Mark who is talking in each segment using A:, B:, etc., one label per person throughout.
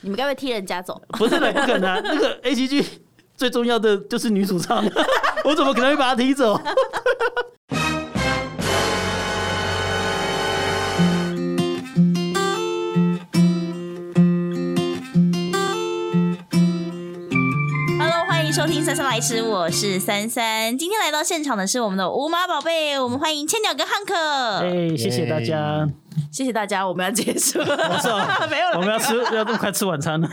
A: 你们该不会踢人家走？
B: 不是的，不可能、 啊。那个 A C G 最重要的就是女主唱， 我怎么可能会把她踢走？
A: Hello，欢迎收听《三三来吃》，我是三三。今天来到现场的是我们的吴妈宝贝，我们欢迎千鸟跟汉克。
B: 哎、谢谢大家。
A: 谢谢大家，我们要结束了。
B: 是 啊
A: 没有了
B: 我们要 吃，要这么快吃晚餐了。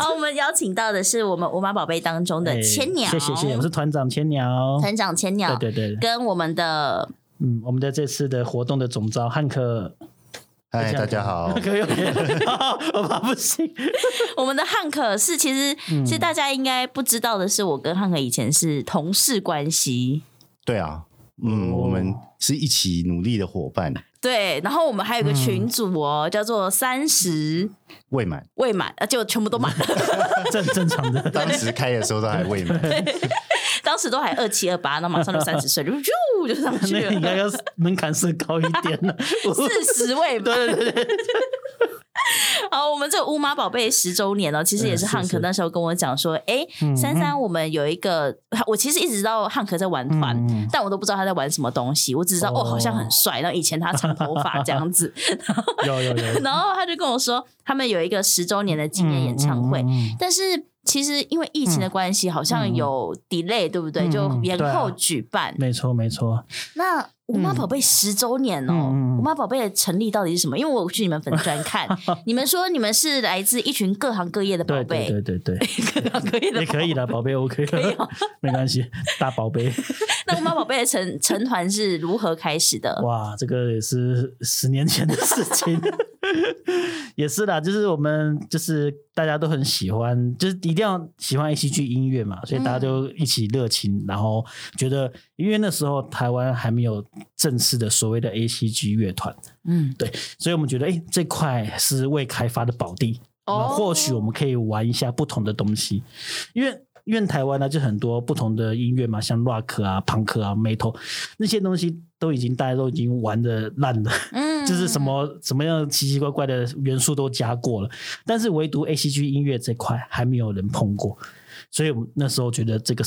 A: 好，我们邀请到的是我们五马宝贝当中的千鸟，
B: 哎谢谢谢谢，我是团长千鸟。
A: 团长千鸟，
B: 对对对，
A: 跟我们的
B: 嗯，我们的这次的活动的总招汉克，
C: 嗨，哎大家好
B: 汉。克又可以， 我怕不行。
A: 我们的汉克是，其实、
B: 嗯
A: 其实大家应该不知道的是，我跟汉克以前是同事关系。
C: 对啊，
B: 哦
C: 嗯，我们是一起努力的伙伴，
A: 对，然后我们还有
B: 嗯
A: 个群组哦，叫做三十
C: 未满。
A: 未满，呃，就全部都满了，
B: 正正常 的，
C: 当时开的时候都还未 满，
A: 当时都还二七二八，那马上就三十岁，就咻就上去
B: 那应
A: 了，
B: 该要门槛设高一点 了。
A: 四十位满。
B: 对对对，
A: 好，我们这个乌马宝贝十周年哦，其实也是
B: 嗯是
A: 汉克
B: 是嗯
A: 那时候跟我讲说，哎、三三，我们有一个，我其实一直知道汉克在玩团，
B: 嗯嗯
A: 但我都不知道他在玩什么东西，我只知道哦
B: 哦
A: 好像很帅，然后以前他长头发这样 子，
B: 有有有，
A: 然后他就跟我说，他们有一个十周年的纪念演唱会，
B: 嗯嗯嗯嗯
A: 但是其实因为疫情的关系，好像有 delay，、对不对？
B: 嗯
A: 就延
B: 对啊
A: 后举办。
B: 没错没错，
A: 那五妈宝贝十周年哦，
B: 嗯嗯嗯嗯
A: 五妈宝贝的成立到底是什么？因为我去你们粉专 看，你们说你们是来自一群各行各业的宝
B: 对对
A: 贝，
B: 对对对，
A: 各行各业的宝
B: 也可
A: 贝。
B: 以的，宝贝 OK
A: 以哦
B: 了， 没关系，大宝贝。
A: 那五妈宝贝的成成团是如何开始的？
B: 哇，这个也是十年前的事情， 也是啦，就是我们就是大家都很喜欢，就是一定要喜欢 A C G 音乐嘛，所以大家
A: 嗯
B: 就一起热情，然后觉得因为那时候台湾还没有正式的所谓的 A C G 乐团，
A: 嗯，
B: 所以我们觉得哎、诶这块是未开发的宝地，那
A: 哦
B: 或许我们可以玩一下不同的东西，因为因为台湾啊呢就很多不同的音乐嘛，像 rock 啊、punk 啊、metal 那些东西都已经大家都已经玩的烂了，
A: 嗯
B: 就是什么什么样奇奇怪怪的元素都加过了，但是唯独 A C G 音乐这块还没有人碰过，所以我们那时候觉得这个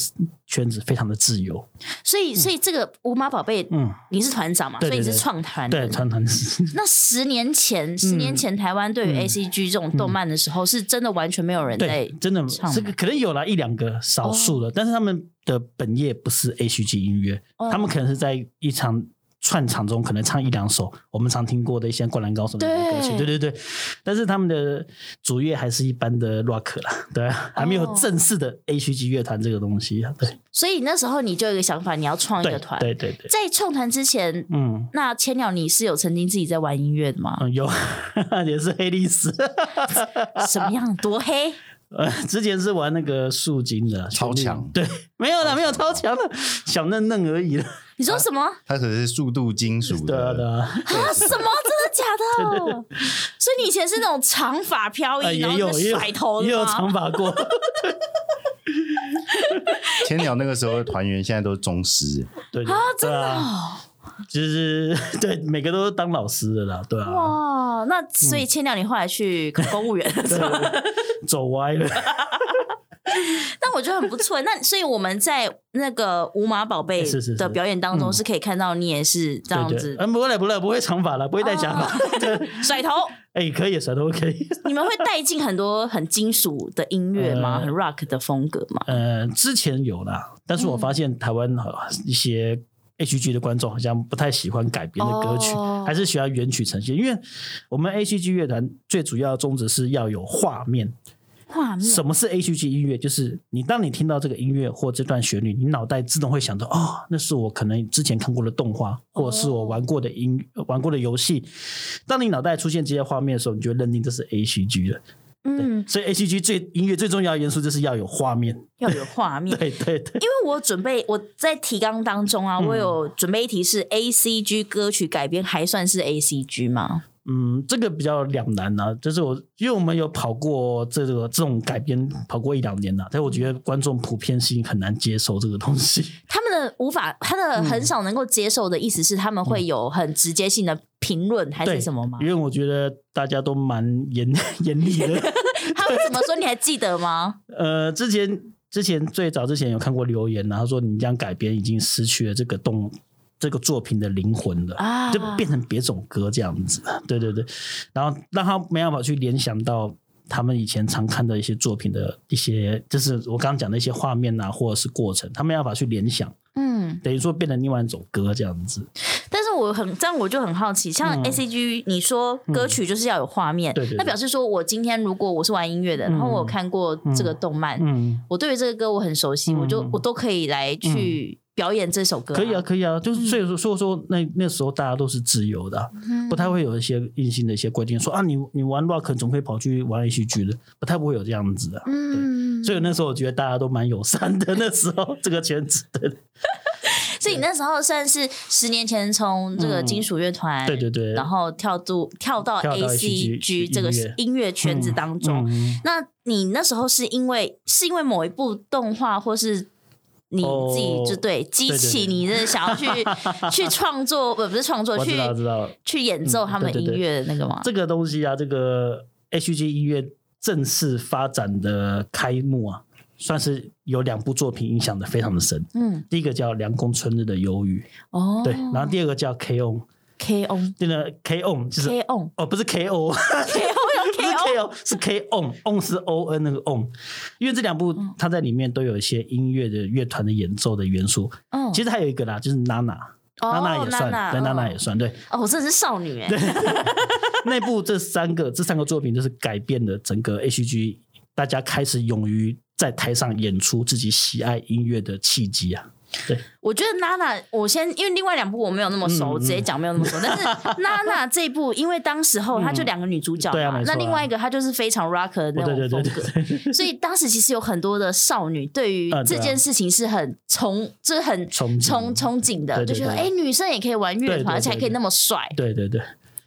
B: 圈子非常的自由，
A: 所以所以这个五妈宝贝，
B: 嗯，
A: 你是团长嘛？
B: 对对
A: 所以你
B: 对
A: 是创团的
B: 对，嗯团团是
A: 那十年前，十年前台湾对于 A C G 这种动漫的时候，是真的完全没有人在
B: 嗯对，真的
A: 唱
B: 是个可能有了一两个少数的，但是他们的本业不是 H G 音乐，
A: 哦
B: 他们可能是在一场串场中可能唱一两首我们常听过的一些《灌篮高手》的
A: 对
B: 歌曲，对对对。但是他们的主业还是一般的 rock 啦，对啊，还没
A: 哦
B: 有正式的 H G 乐团这个东西啊，对
A: 所以那时候你就有一个想法，你要创一个
B: 对
A: 团。
B: 对对对，
A: 在创团之前，
B: 嗯。
A: 那千鸟你是有曾经自己在玩音乐的吗？
B: 嗯，有也是黑历史。
A: 什么样多黑？
B: 呃，之前是玩那个树精的，
C: 超强
B: 旋律对，没有啦，没有超强的，小嫩嫩而已了。
A: 你说什么啊？
C: 它可是速度金属
B: 对 啊，对
C: 的，
B: 啊。
A: 什么？真的假的？所以你以前是那种长发飘
B: 啊，
A: 逸，
B: 也
A: 然
B: 有
A: 后
B: 也
A: 是
B: 有
A: 甩头
B: 也有
A: 的吗
B: 长？发 过，
C: 千鸟那个时候的团员现在都是宗师，
B: 对啊，真的，
A: 哦
B: 就是对每个都是当老师的啦，对啊，
A: 哇，那所
B: 嗯
A: 以千鸟你后来去考公务员了是吗
B: 走歪了，
A: 但我觉得很不错。 欸那所以我们在那个五马宝贝
B: 哎是是是
A: 的表演当中
B: 嗯
A: 是可以看到你也是这样
B: 对
A: 子啊
B: 对，嗯，不累不累，不会长发了，不会戴假发，对，
A: 甩头。
B: 哎，可以，甩头 可以，
A: 你们会带进很多很金属的音乐吗？
B: 呃
A: 很 rock 的风格吗？
B: 呃，之前有啦，但
A: 嗯
B: 是我发现台湾呃一些 H G 的观众好像不太喜欢改编的歌曲，
A: 哦
B: 还是喜欢原曲呈现，因为我们 H G 乐团最主要的宗旨是要有画面，
A: 画面
B: 什么是 H G 音乐？就是你当你听到这个音乐或这段旋律，你脑袋自动会想到，哦，那是我可能之前看过的动画，或者是我玩过的音、玩过的游戏。当你脑袋出现这些画面的时候，你就会认定这是 H G 了。
A: 嗯，
B: 所以 H G 最音乐最重要的元素就是要有画面。
A: 要有画面。
B: 对对对，
A: 因为我准备我在提纲当中
B: 嗯
A: 啊，我有准备一题是 A C G 歌曲改编还算是 A C G 吗？
B: 嗯，这个比较两难啊。就是我因为我们有跑过这个这种改编，跑过一两年了、但我觉得观众普遍性很难接受这个东西。
A: 他们的无法，他的很少能够接受的意思是，他们会有很直接性的评论还
B: 对
A: 是什么吗
B: 因？为我觉得大家都蛮严 严厉的。
A: 他会怎么说？你还记得吗？
B: 呃，之前之前最早之前有看过留言，然后说你这样改编已经失去了这个动这个作品的灵魂了。
A: 啊，
B: 就变成别种歌这样子，对对对，然后让他没办法去联想到他们以前常看的一些作品的一些，就是我刚刚讲的一些画面啊，或者是过程，他没办法去联想，
A: 嗯。
B: 等于说变成另外一首歌这样子。
A: 但是我很这样，我就很好奇，像
B: 嗯
A: A C G，你说歌曲就是要有画面，
B: 对对对
A: 那表示说我今天如果我是玩音乐的，然后我有看过这个动漫，
B: 嗯，
A: 我对于这个歌我很熟悉，
B: 嗯
A: 我就我都可以来去表演这首歌啊、
B: 可以啊，可以啊，就是所以说，所以说那那时候大家都是自由的啊、
A: 嗯
B: 不太会有一些硬性的一些规定，说啊，你你玩 rock 总可以跑去玩 H G 的，不太不会有这样子的、啊。
A: 嗯，
B: 所以那时候我觉得大家都蛮友善的，那时候这个圈子的，
A: 所以你那时候算是十年前从这个金属乐团、
B: 嗯对对对，
A: 哎然后跳度跳到
B: 跳到
A: A C G
B: ACG
A: 这个
B: 音乐
A: 音乐圈子当中。
B: 嗯
A: 那你那时候是因为是因为某一部动画，或是你
B: 哦
A: 自己就对激
B: 对对
A: 起你的想要 去去创作，呃，不是创作，
B: 我
A: 去啊
B: 知道知道，
A: 去演奏他们
B: 嗯对
A: 音
B: 对对
A: 乐的那个吗？
B: 这个东西啊，这个 H G 音乐正式发展的开幕啊，算是有两部作品影响的非常的深。
A: 嗯，
B: 第一个叫《凉宫春日的忧郁》，
A: 哦，
B: 对，然后第二个叫 K O，
A: K on
B: 这个 K O 就是
A: K on
B: 哦，不是 K O，不
A: K on
B: 是
A: K on，
B: K O，是 K O，O 是 O N 那个 O，因为这两部
A: 嗯
B: 它在里面都有一些音乐的乐团的演奏的元素。
A: 嗯，哦
B: 其实还有一个啦，就是娜娜，娜娜也算，对，娜娜也
A: 算。
B: 算，对，
A: 哦，我真的是少女哎，
B: 内部这三个这三个作品就是改变了整个 H G，大家开始勇于在台上演出自己喜爱音乐的契机啊。
A: 我觉得娜娜，我先因为另外两部我没有那么熟，
B: 嗯嗯
A: 直接讲没有那 么熟。但是娜娜这一部，因为当时候她就两个女主角嘛，
B: 嗯对啊没错
A: 那
B: 啊
A: 另外一个她就是非常 rock 的那
B: 哦对
A: 种
B: 对
A: 风
B: 对
A: 格，所以当时其实有很多的少女对于
B: 嗯对
A: 这
B: 啊
A: 件事情是很憧，就是很
B: 憧憬
A: 憧憧憬的，
B: 对对
A: 就
B: 对
A: 觉得哎，诶女生也可以玩乐
B: 对对
A: 团，
B: 对
A: 而且还可以那么帅，
B: 对对对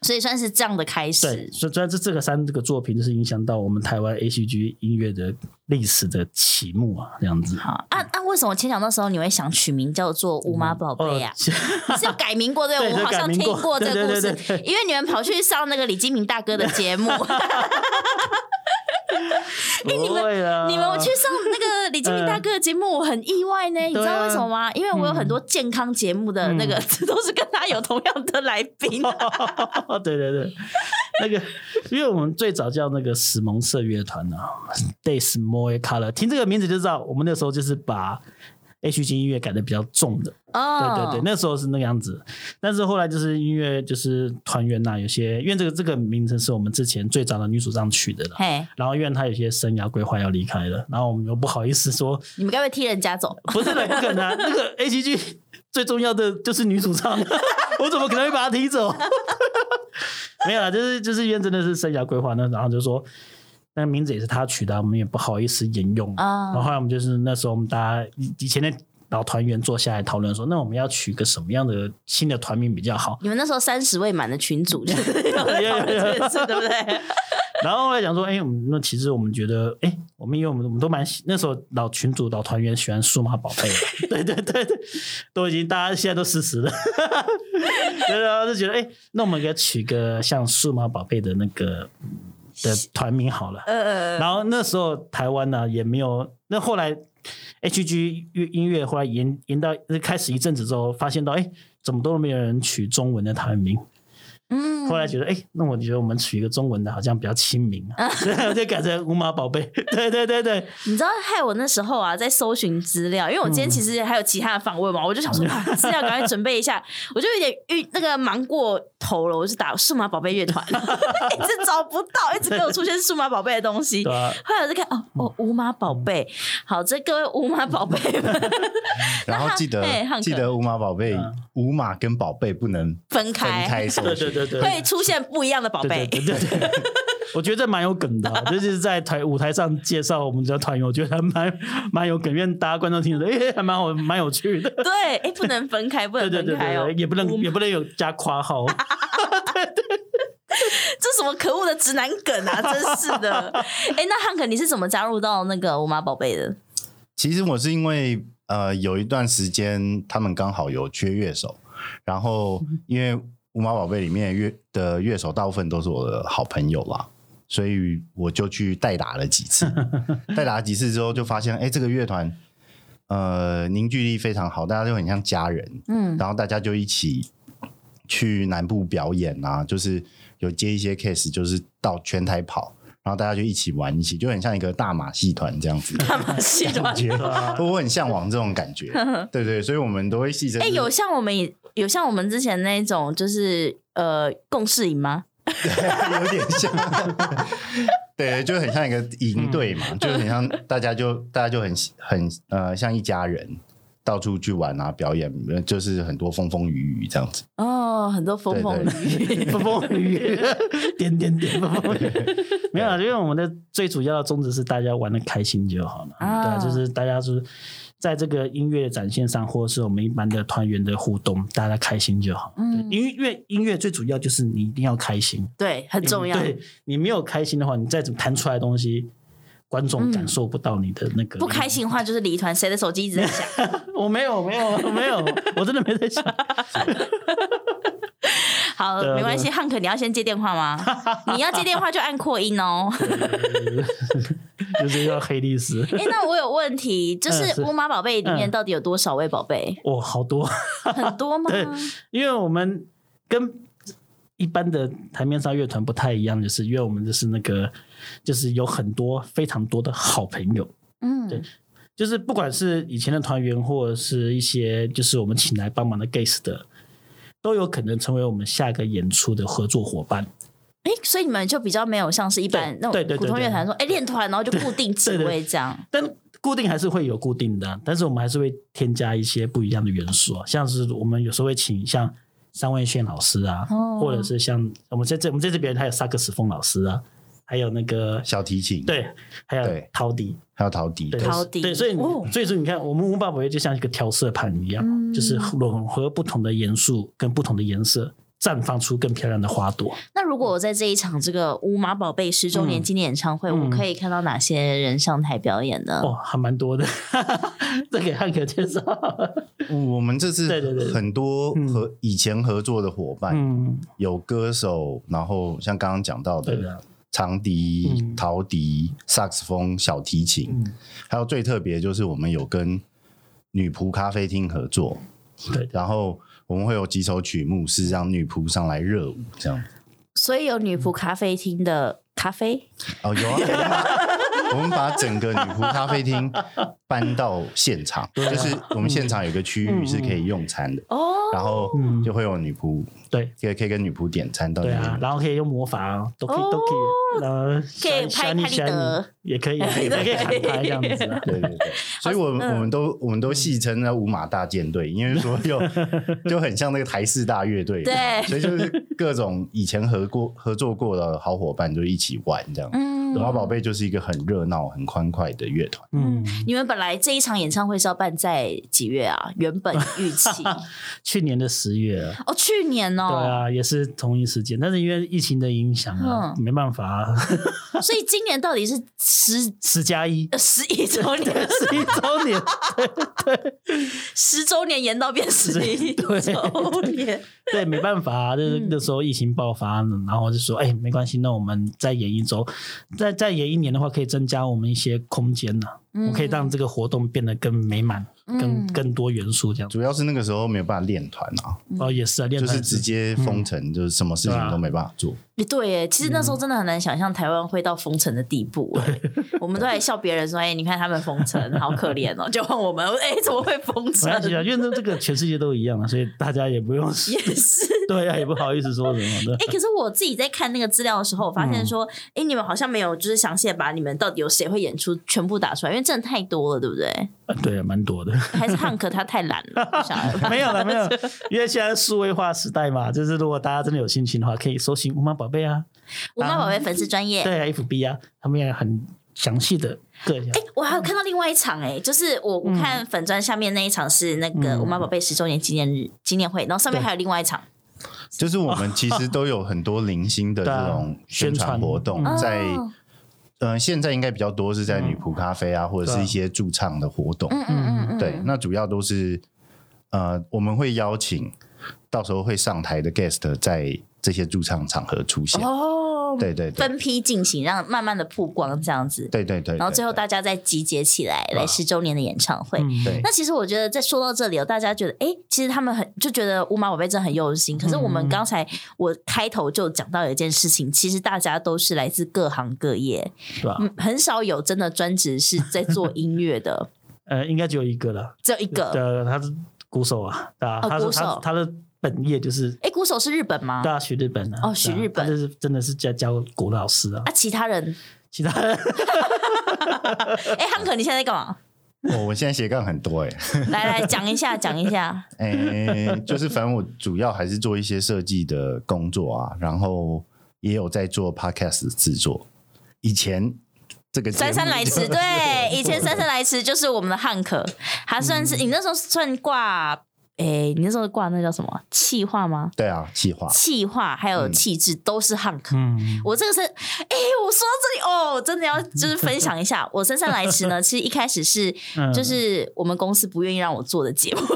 A: 所以算是这样的开
B: 对，
A: 始。
B: 所以所以这这个三个作品就是影响到我们台湾 H G 音乐的历史的起幕啊，这样子。
A: 好，啊啊，为什么千晓那时候你会想取名叫做《乌妈宝贝》啊呀？
B: 嗯 哦
A: 是有改名过对，
B: 对
A: 我
B: 有
A: 好像
B: 改名
A: 听
B: 过
A: 过这个故事，
B: 对对对对
A: 因为你们跑去上那个李金明大哥的节 目，哎你们
B: 不会啊啦
A: 你们我去上那个李金明大哥的节目，我很意外
B: 啊
A: 呢。你知道为什么吗？因为我有很
B: 嗯
A: 多健康节目的那个，这 都是跟他有同样的来宾。
B: 对对对，那个，因为我们最早叫那个史蒙社乐团啊 d a y s m o r e Color，听这个名字就知道，我们那时候就是把 H G 音乐改的比较重的，
A: 嗯
B: 对
A: 哦
B: 对对，那时候是那个样子。但是后来就是音乐就是团员呐、啊有些因为这个这个名称是我们之前最早的女主唱取的了。
A: 嘿，
B: 然后因为她有些生涯规划要离开了，然后我们又不好意思说，
A: 你们该不会踢人家走？
B: 不是的，不可能、啊。那个 H G 最重要的就是女主唱，啊 我怎么可能会把她踢走？ 没有啦，就是就是因为真的是生涯规划呢，然后就说那个名字也是她取的啊，我们也不好意思沿用
A: 啊
B: 然后后来我们就是那时候我们大家以以前的老团员坐下来讨论说，那我们要取个什么样的新的团名比较好？
A: 你们那时候三十位满的群组， 就是有在讨论这件事，对不对？
B: 然后后来讲说，哎、我们那其实我们觉得，哎、我们因为我们我们都蛮喜那时候老群主老团员喜欢数码宝贝的， 对对对对，都已经大家现在都四十了，对然后就觉得，哎、那我们给它取个像数码宝贝的那个的团名好了。
A: 呃，
B: 然后那时候台湾呢、也没有，那后来 H G 乐音乐后来延延到开始一阵子之后，发现到哎、怎么都没有人取中文的台湾名，
A: 嗯
B: 后来觉得，哎、那我觉得我们取一个中文的，好像比较亲民啊，所以
A: 嗯
B: 我就改成五马宝贝。对对 对对，
A: 你知道害我那时候啊，在搜寻资料，因为我今
B: 嗯
A: 天其实还有其他的访问嘛，我就想 说啊，资料赶快准备一下，我就有点晕，那个忙过头了，我就打数码宝贝乐团， 一直找不到，一直给我出现数码宝贝的东西。
B: 对啊，
A: 后来我就看哦哦，
B: 嗯
A: 五马宝贝，好，这各位五马宝贝 们
C: 然后记得
A: 那他嘿汉克
C: 记得五马宝贝
B: 嗯，
C: 五马跟宝贝不能
A: 分
C: 分
A: 开，
C: 开搜
B: 对对
C: 寻。
B: 对对，
A: 会出现不一样的宝
B: 对
A: 贝。
B: 对对对对。我觉得这蛮有梗的啊、就是在台舞台上介绍我们的团员，我觉得还蛮蛮有梗，因为大家观众听着，哎、还蛮好，蛮有趣的。
A: 对，哎，不能分开，不
B: 对
A: 能
B: 对
A: 分
B: 对
A: 开
B: 对，
A: 哦
B: 对，也不能也不能有加括 号。
A: 这什么可恶的直男梗啊！真是的。哎，那汉克，你是怎么加入到那个五马宝贝的？
C: 其实我是因为呃有一段时间他们刚好有缺乐手，然后因为五马宝贝里面的乐的乐手大部分都是我的好朋友啦。所以我就去代打了几次，代打了几次之后就发现，哎、这个乐团，呃，凝聚力非常好，大家就很像家人，
A: 嗯
C: 然后大家就一起去南部表演啊，就是有接一些 case，就是到全台跑，然后大家就一起玩，一起就很像一个大马戏团这样子。
A: 干嘛戏团？
B: 啊
C: 我很向往这种感觉，对对，所以我们都会戏称。
A: 哎、有像我们也有像我们之前那种，就是呃共事营吗？
C: 有点像，对，就很像一个
A: 嗯
C: 营队嘛，就很像大家就大家就很很呃像一家人，到处去玩啊，表演，呃就是很多风风雨雨这样子。
A: 哦，很多风风雨雨。
B: 风风雨雨，点点 点，风风雨雨。没有啊，因为我们的最主要的宗旨是大家玩的开心就好了。
A: 啊
B: 对啊，就是大家就是在这个音乐的展现上，或者是我们一般的团员的互动，大家开心就好。
A: 嗯
B: 对，因为音乐最主要就是你一定要开心，
A: 对，很重要，
B: 对你没有开心的话，你再怎么弹出来的东西，观众感受不到你的那个
A: 嗯不开。心的话就是离团，谁的手机一直在响？
B: 我没有，没有，我没有，我真的 没在想。
A: 好，
B: 对啊
A: 没关系，汉克，你要先接电话 吗？你要接电话就按扩音哦。
B: 就是要黑历史。
A: 哎、那我有问题，就
B: 嗯
A: 是
B: 是
A: 《乌马宝贝》里面
B: 嗯
A: 到底有多少位宝 贝？
B: 哇，好多，
A: 很多吗？
B: 对因为我们跟一般的台面上乐团不太一样，就是因为我们就是那个，就是有很多非常多的好朋友，对
A: 嗯，
B: 就是不管是以前的团员，或者是一些就是我们请来帮忙的 guest 的，都有可能成为我们下个演出的合作伙伴。
A: 哎、所以你们就比较没有像是一般
B: 对
A: 那
B: 对
A: 种
B: 对对
A: 普通乐团说，哎，练团然后就固定几
B: 对对
A: 位这样。
B: 但固定还是会有固定的啊，但是我们还是会添加一些不一样的元素啊，像是我们有时候会请像三位炫老师啊，
A: 哦
B: 或者是像我们在这我们在这边还有萨克斯风老师啊，还有那个
C: 小提琴，，
B: 对，还有
C: 对
B: 陶笛，
C: 还有陶笛，
B: 对
A: 陶笛
B: 对，所以你、
A: 哦
B: 所以说你看，我们五八宝贝就像一个调色盘一样，
A: 嗯
B: 就是混合不同的元素跟不同的颜色，绽放出更漂亮的花朵。
A: 那如果我在这一场这个《乌马宝贝》十周年
B: 嗯
A: 纪念演唱会，
B: 嗯
A: 我可以看到哪些人上台表演呢？
B: 哦，还蛮多的， 这给汉克介绍。
C: 我们这次
B: 对对对
C: 很多
B: 嗯
C: 和以前合作的伙伴，
B: 嗯，
C: 有歌手，然后像刚刚讲到
B: 对的
C: 的长笛
B: 嗯、
C: 陶笛、萨克斯风、小提琴
B: 嗯，
C: 还有最特别就是我们有跟女仆咖啡厅合作，
B: 对
C: 然后我们会有几首曲目是让女仆上来热舞这样。
A: 所以有女仆咖啡厅的咖啡，
C: 哦，有啊，我们把 我们把整个女仆咖啡厅搬到现场，
B: 啊
C: 就是我们现场有一个区域是可以用餐的，
A: 哦，
C: 然后
B: 嗯
C: 就会有女仆
B: 对。
C: 可以可以跟女仆点餐到那
B: 对
C: 边。
B: 啊，然后可以用魔法哦，都可以，都可以，呃，
A: 可以拍
B: 想你
A: 拍立
B: 想你
A: 得
B: 也可以，也可以也可以喊拍这样子 啊。
C: 对对对，所以我们我们都我们都戏称那五马大舰队，因为所有就很像那个台式大乐队，
A: 对
C: 所以就是各种以前合过合作过的好伙伴就一起玩这样。
A: 嗯
C: 龙猫宝贝就是一个很热闹、很欢快的乐团，
B: 嗯，
A: 你们本来这一场演唱会是要办在几月啊？原本预 期
B: 去年的十月啊，
A: 哦，去年
B: 对
A: 哦，
B: 啊，也是同一时间，但是因为疫情的影响啊，
A: 嗯
B: 没办法啊，
A: 所以今年到底是十。
B: 十加一
A: 十一周年，
B: 十一周年，
A: 十周年延到变十一
B: 对
A: 周年，
B: 对，没办法、啊，就是
A: 嗯
B: 那时候疫情爆发，然后就说，哎、没关系，那我们再演一周，再再演一年的话，可以增加我们一些空间呐、
A: 嗯
B: 我可以让这个活动变得更美满，更
A: 嗯
B: 更多元素这样子。
C: 主要是那个时候没有办法练团啊，
A: 嗯
B: 哦，也是啊，练
C: 就是
B: 团
C: 直接封城，就是什么事情都没办法做。
A: 对耶，其实那时候真的很难想象台湾会到封城的地步耶。
B: 嗯
A: 我们都在笑别人说：“哎，你看他们封城，好可怜 哦。”就问我们：“哎，怎么会封
B: 没
A: 城
B: 关系啊，因为这这个全世界都一样啊，所以大家也不用？”
A: 也是。
B: 对啊，也不好意思说什么的
A: 哎、。可是我自己在看那个资料的时候，我发
B: 嗯
A: 现说，哎、你们好像没有就是详细地把你们到底有谁会演出全部打出来，因为真的太多了，对不对？
B: 啊对啊，蛮多的。
A: 还是汉克他太懒了，不想要
B: 没有 了，没有，因为现在数位化时代嘛，就是如果大家真的有兴趣的话，可以搜寻“乌妈宝贝”啊，
A: 我妈宝贝粉丝专业。
B: 对啊，FB 啊，他们也很详细的各项
A: 哎、我还有看到另外一场哎、就是我我看粉砖下面那一场是那个
B: 嗯
A: 我妈宝贝十周年纪念日纪念会，然后上面
B: 对
A: 还有另外一场，
C: 就是我们其实都有很多零星的
B: 对啊
C: 这种宣
B: 宣传
C: 传活动
A: 嗯
C: 在
A: 哦
C: 呃，现在应该比较多是在女仆咖啡啊，或者是一些驻唱的活动。
A: 嗯嗯嗯嗯，
C: 对，那主要都是呃，我们会邀请到时候会上台的 guest 在这些驻唱场合出现。
A: 哦，
C: 对对对，
A: 分批进行，让慢慢的曝光这样子，
C: 对对对。
A: 然后最后
C: 对
A: 大家再集结起来来
C: 啊
A: 十周年的演唱会。
B: 嗯
C: 对
A: 那其实我觉得，在说到这里哦，大家觉得，哎、其实他们很就觉得乌马宝贝真的很用心。可是我们
B: 嗯
A: 刚才我开头就讲到有一件事情，其实大家都是来自各行各业，
B: 对吧？
A: 嗯，很少有真的专职是在做音乐的，
B: 呃，应该只有一个了，
A: 只有一个。
B: 对，他是鼓手啊，对吧？
A: 哦
B: 他是
A: 鼓手
B: 他他的本业就是
A: 哎、鼓手是日本吗？
B: 大学日本的啊
A: 哦学日本
B: 就是真的是教教鼓老师啊
A: 啊，，其他人，
B: 其他人
A: 哎、汉克，你现在在干嘛？
C: 哦我我现在斜杠很多哎、
A: 来来讲一下， 讲一下。
C: 诶，就是反正我主要还是做一些设计的工作啊，然后也有在做 podcast 的制作。以前这个节目
A: 姗姗来迟，对，以前姗姗来迟就是我们的汉克，他算
C: 嗯
A: 是、你那时候算挂，哎、你那时候挂那叫什么气化吗？
C: 对啊，企划
A: 气化还
C: 嗯
A: 有气质都是汉克。
B: 嗯，
A: 我这个是，哎、我说到这里哦，真的要就是分享一下，我姗姗来迟呢，其实一开始是
B: 嗯
A: 就是我们公司不愿意让我做的节目。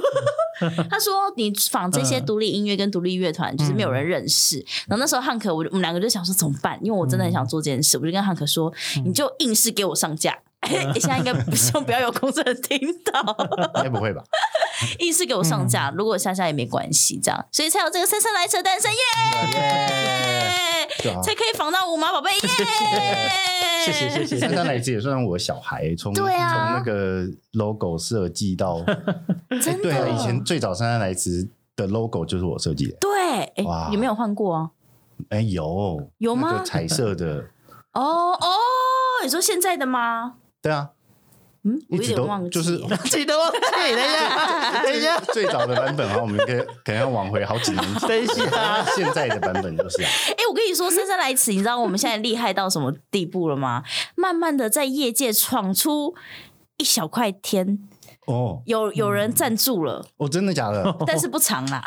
A: 他说：“你仿这些独立音乐跟独立乐团，就是没有人认识。然后那时候汉克，我就我们两个就想说怎么办？因为我真的很想做这件事，我就跟汉克说：你就硬是给我上架。现在应该不希望不要有工作人听 到，
C: 应该哎 不会吧？
A: 硬是给我上架。如果下架也没关系，这样，所以才有这个姗姗来迟的诞生
C: 耶
A: 耶。”
C: 对啊
A: 才可以防到五毛 宝贝耶！
B: 谢谢谢 谢
C: 姗姗来迟也算我小孩，从从
A: 对啊
C: 那个 logo 设计到，
A: 哎真的，哦
C: 对啊，以前最早姗姗来迟的 logo 就是我设计的。
A: 对，哎、
C: 哇
A: 你没有换过啊？
C: 哎，有
A: 有吗
C: 那个彩色的，
A: 哦哦，你说现在的吗？
C: 对啊，
A: 嗯，我
C: 一
A: 有
C: 直
A: 点
C: 都
A: 忘记，
C: 就是
B: 自己都忘记，等一下，等一下，
C: 最早的版本啊，我们可以可能要往回好几年前。
B: 等一下，
C: 现在的版本就是啊，
A: 哎、我跟你说，姗姗来迟，你知道我们现在厉害到什么地步了吗？慢慢的在业界闯出一小块天，
C: 哦，
A: 有有人赞助了，
C: 哦，真的假的？
A: 但是不长 啦。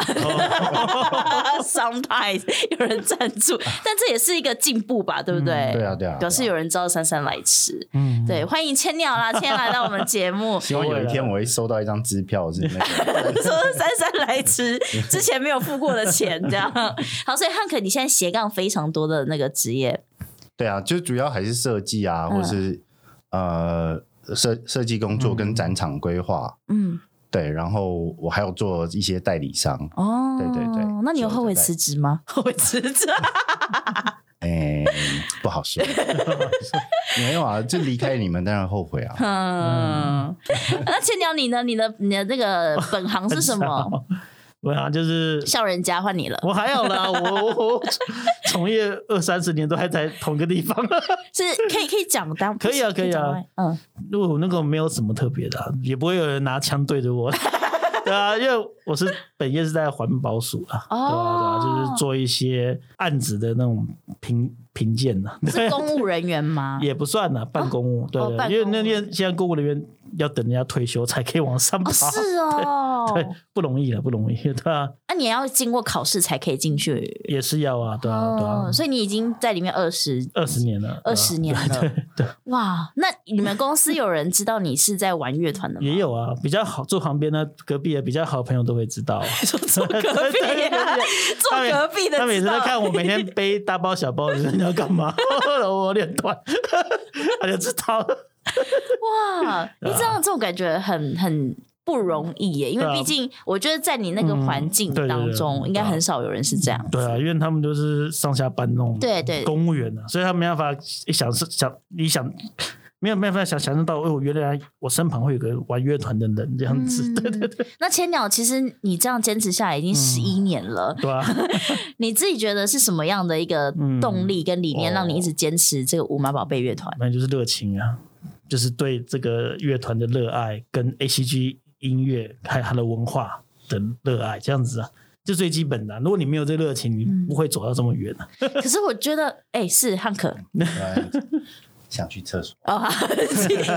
A: Sometimes 有人赞助，但这也是一个进步吧，对不对？
C: 对啊，对啊，
A: 表示
C: 对啊。
A: 有人知道姗姗来迟。
B: 嗯，
A: 对，欢迎千 鸟啦，千鸟来到我们节目
C: 希望有一天我会收到一张支票，是那个
A: 说姗姗来迟之前没有付过的钱，这 样好，所以汉克，你现在斜杠非常多的那个职业，
C: 对啊，就主要还是设计啊，
A: 嗯
C: 或是呃设设计工作跟展场规划，
A: 嗯，
C: 对，然后我还有做一些代理商，
A: 哦，
C: 对对对
A: 那你有后悔辞职 吗？后悔辞职，
B: 啊
C: 哎，不好说，没有啊，就离开你们当然后悔啊，
A: 嗯，那千鸟你呢？你的你的那个本行是什么？
B: 我好像啊就是
A: 笑人家换你了，
B: 我还好啦，我我我从业二三十年都还在同个地方，
A: 是可以可以讲当
B: 可以啊可以啊
A: 讲外嗯，
B: 因为我那个没有什么特别的啊、也不会有人拿枪对着我。 对啊，因为我是本业是在环保署啊，对
A: 哦
B: 啊，对啊，就是做一些案子的那种评评鉴呐，
A: 是公务人员吗？
B: 也不算呐，办公务，对
A: 哦
B: 对
A: 办
B: 因为
A: 公
B: 那
A: 务
B: 边现在公务人员要等人家退休才可以往上爬，
A: 哦，是哦，
B: 对，不容易了，不容易， 对啊，
A: 那你也要经过考试才可以进去，
B: 也是要啊，对啊，对啊
A: 哦，，所以你已经在里面二十
B: 二十年了，对啊
A: 二十年了，哇！那你们公司有人知道你是在玩乐团的吗？
B: 也有啊，比较好坐旁边的隔壁的比较好的朋友都会知道啊。
A: 说 坐隔壁啊坐隔壁的
B: 他每次
A: 知道
B: 在看我每天背大包小包，你要干嘛？ 然后我有点短， 他就知道了。
A: 哇！你知道这种感觉很很不容易耶，因
B: 啊对
A: 为
B: 啊
A: 毕竟我觉得在你那个环境
B: 嗯对对对
A: 当中，
B: 对啊
A: 应该很少有人是这样。
B: 对啊，因为他们就是上下班那种
A: 对对
B: 公务员啊，所以他没办法想是想你想没有没有办法想想象到，哦，原来我身旁会有个玩乐团的人这样子，对对对，
A: 嗯那千鸟，其实你这样坚持下来已经十一年了，
B: 对啊，
A: 你自己觉得是什么样的一个动力跟理念，
B: 嗯哦
A: 让你一直坚持这个五马宝贝乐团？
B: 那就是热情啊，就是对这个乐团的热爱，跟 A C G 音乐还有它的文化的热爱，这样子啊，就最基本的啊、如果你没有这热情，你不会走到这么远啊。
A: 可是我觉得，哎、是汉克，
C: 对想去 厕所，
A: 哦，好继续，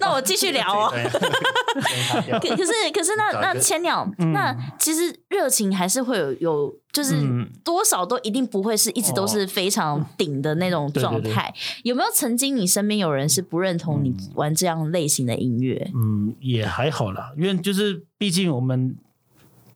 A: 那我继续聊 哦。
C: 对先擦掉
A: 可可是可是那
C: 找一
A: 那
C: 个
A: 千鸟，
B: 嗯
A: 那其实热情还是会有有，就是
B: 嗯哦
A: 多少都一定不会是一直都是非常顶的那种
B: 对对
A: 状
B: 对
A: 态。有没有曾经你身边有人是不认同你玩这样类型的音乐？
B: 嗯，也还好啦，因为就是毕竟我们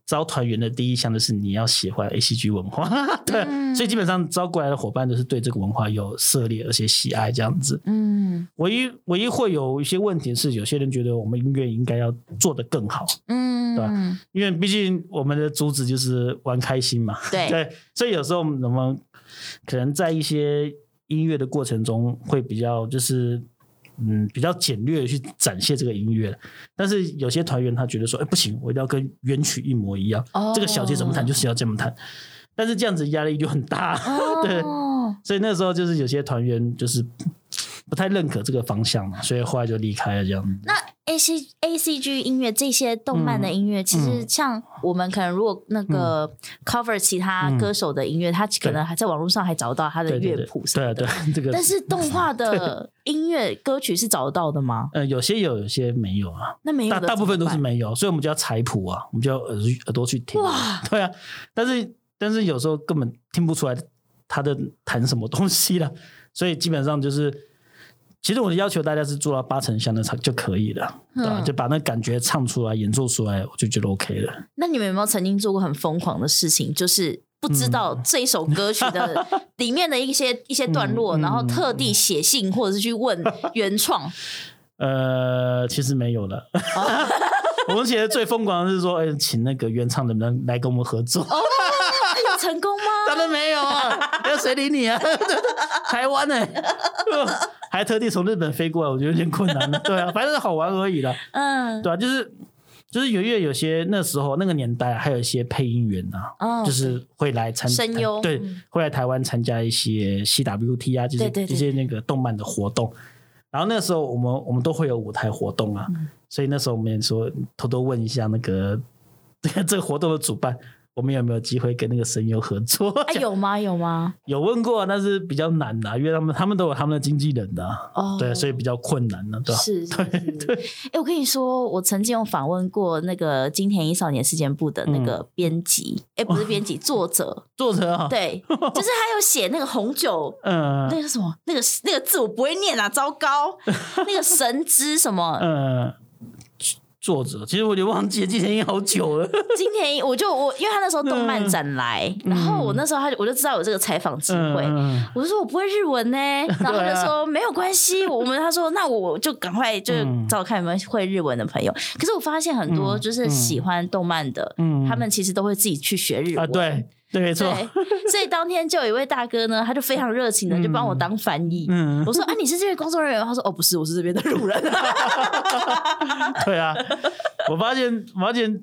B: 招团员的第一项就是你要喜欢 A C G 文化， 对，啊所以基本上招过来的伙伴都是对这个文化有涉猎而且喜爱这样子。
A: 嗯
B: 唯一唯一会有一些问题是，有些人觉得我们音乐应该要做得更好，
A: 嗯，
B: 因为毕竟我们的主旨就是玩开心嘛，
A: 对
B: 对，所以有时候我们我们可能在一些音乐的过程中会比较就是。嗯，比较简略的去展现这个音乐，但是有些团员他觉得说，哎、不行，我一定要跟原曲一模一样，
A: 哦
B: 这个小节怎么弹就是要这么弹，但是这样子压力就很大，对，
A: 哦
B: 所以那时候就是有些团员就是不太认可这个方向嘛，所以后来就离开了这样子。
A: 那 A C A C G 音乐这些动漫
B: 嗯
A: 的音乐，其实像我们可能如果那个 cover 其他歌手的音乐，他可能还在网络上还找得到他的
B: 对对
A: 乐
B: 对
A: 谱，什
B: 对
A: 么
B: 啊
A: 的。
B: 嗯对啊，这个
A: 但是动画的音乐歌曲是找得到的吗？
B: 呃有些有，有些没有啊。
A: 那没有
B: 大
A: 的
B: 大部分都是
A: 怎么
B: 没有，所以我们就要采谱啊，我们就要耳去耳朵去听。
A: 哇，
B: 对啊，但是但是有时候根本听不出来他的弹什么东西了， 所以基本上就是，其实我的要求大家是做到八成像的唱就可以了，对吧、
A: 嗯
B: 就把那感觉唱出来、演奏出来，我就觉得 OK 了
A: 办。那你们有没有曾经做过很疯狂的事情？就是不知
B: 嗯
A: 道这一首歌曲 的里面的一些一些段落，
B: 嗯嗯
A: 然后特地写信或者是去问原 创，
B: 呃，其实没有了。
A: 哦
B: 我们写的最疯狂的是说，哎、请那个原唱的人来跟我们合作。
A: 哎有成功吗？
B: 当然没有 啊，那谁理你啊？台湾呢、呃 还特地从日本飞过来，我觉得有点困难了。对啊，反正是好玩而已啦。
A: 嗯
B: 对啊，就是就是有因为有些那时候那个年代啊，还有一些配音员啊，
A: 嗯，
B: 就是会来参
A: 声优
B: 对
A: 嗯，
B: 会来台湾参加一些 CWT 啊，就是
A: 对对对
B: 一些那个动漫的活动。然后那时候我们我们都会有舞台活动啊，
A: 嗯
B: 所以那时候我们也说偷偷问一下那个 这个活动的主办，我们有没有机会跟那个声优合作？
A: 啊有吗？有吗？
B: 有问过啊，但是比较难的、因为他们他们都有他们的经纪人的啊、
A: 哦，
B: 对，所以比较困难的、 对吧、
A: 是，对哎、我跟你说，我曾经有访问过那个金田一少年事件部的那
B: 嗯
A: 个编辑，哎、不是编 辑，作者，
B: 作者啊，，
A: 对，就是他有写那个红酒，
B: 嗯、
A: 那个什么，那个那个字我不会念啊，糟 糕，那个神之什么
B: 呃，作者，其实我有点忘记了，今天也好久了。
A: 金田一，我就我因为他那时候动漫展来，然后我那时候他就我就知道有这个采访机会。
B: 嗯，
A: 我就说我不会日文 呢，然后他就
B: 啊
A: 说、没有关系，我们他说那我就赶快就
B: 嗯
A: 找看有没有会日文的朋友。可是我发现很多
B: 嗯
A: 就是喜欢动漫的，
B: 嗯
A: 他们其实都会自己去学日文。
B: 啊，对对，没错，
A: 对，所以当天就有一位大哥呢，他就非常热情的就帮我当翻译。
B: 嗯，
A: 我说啊，你是这边工作人员吗？他说哦，不是，我是这边的路人。
B: 对啊，我发现我发现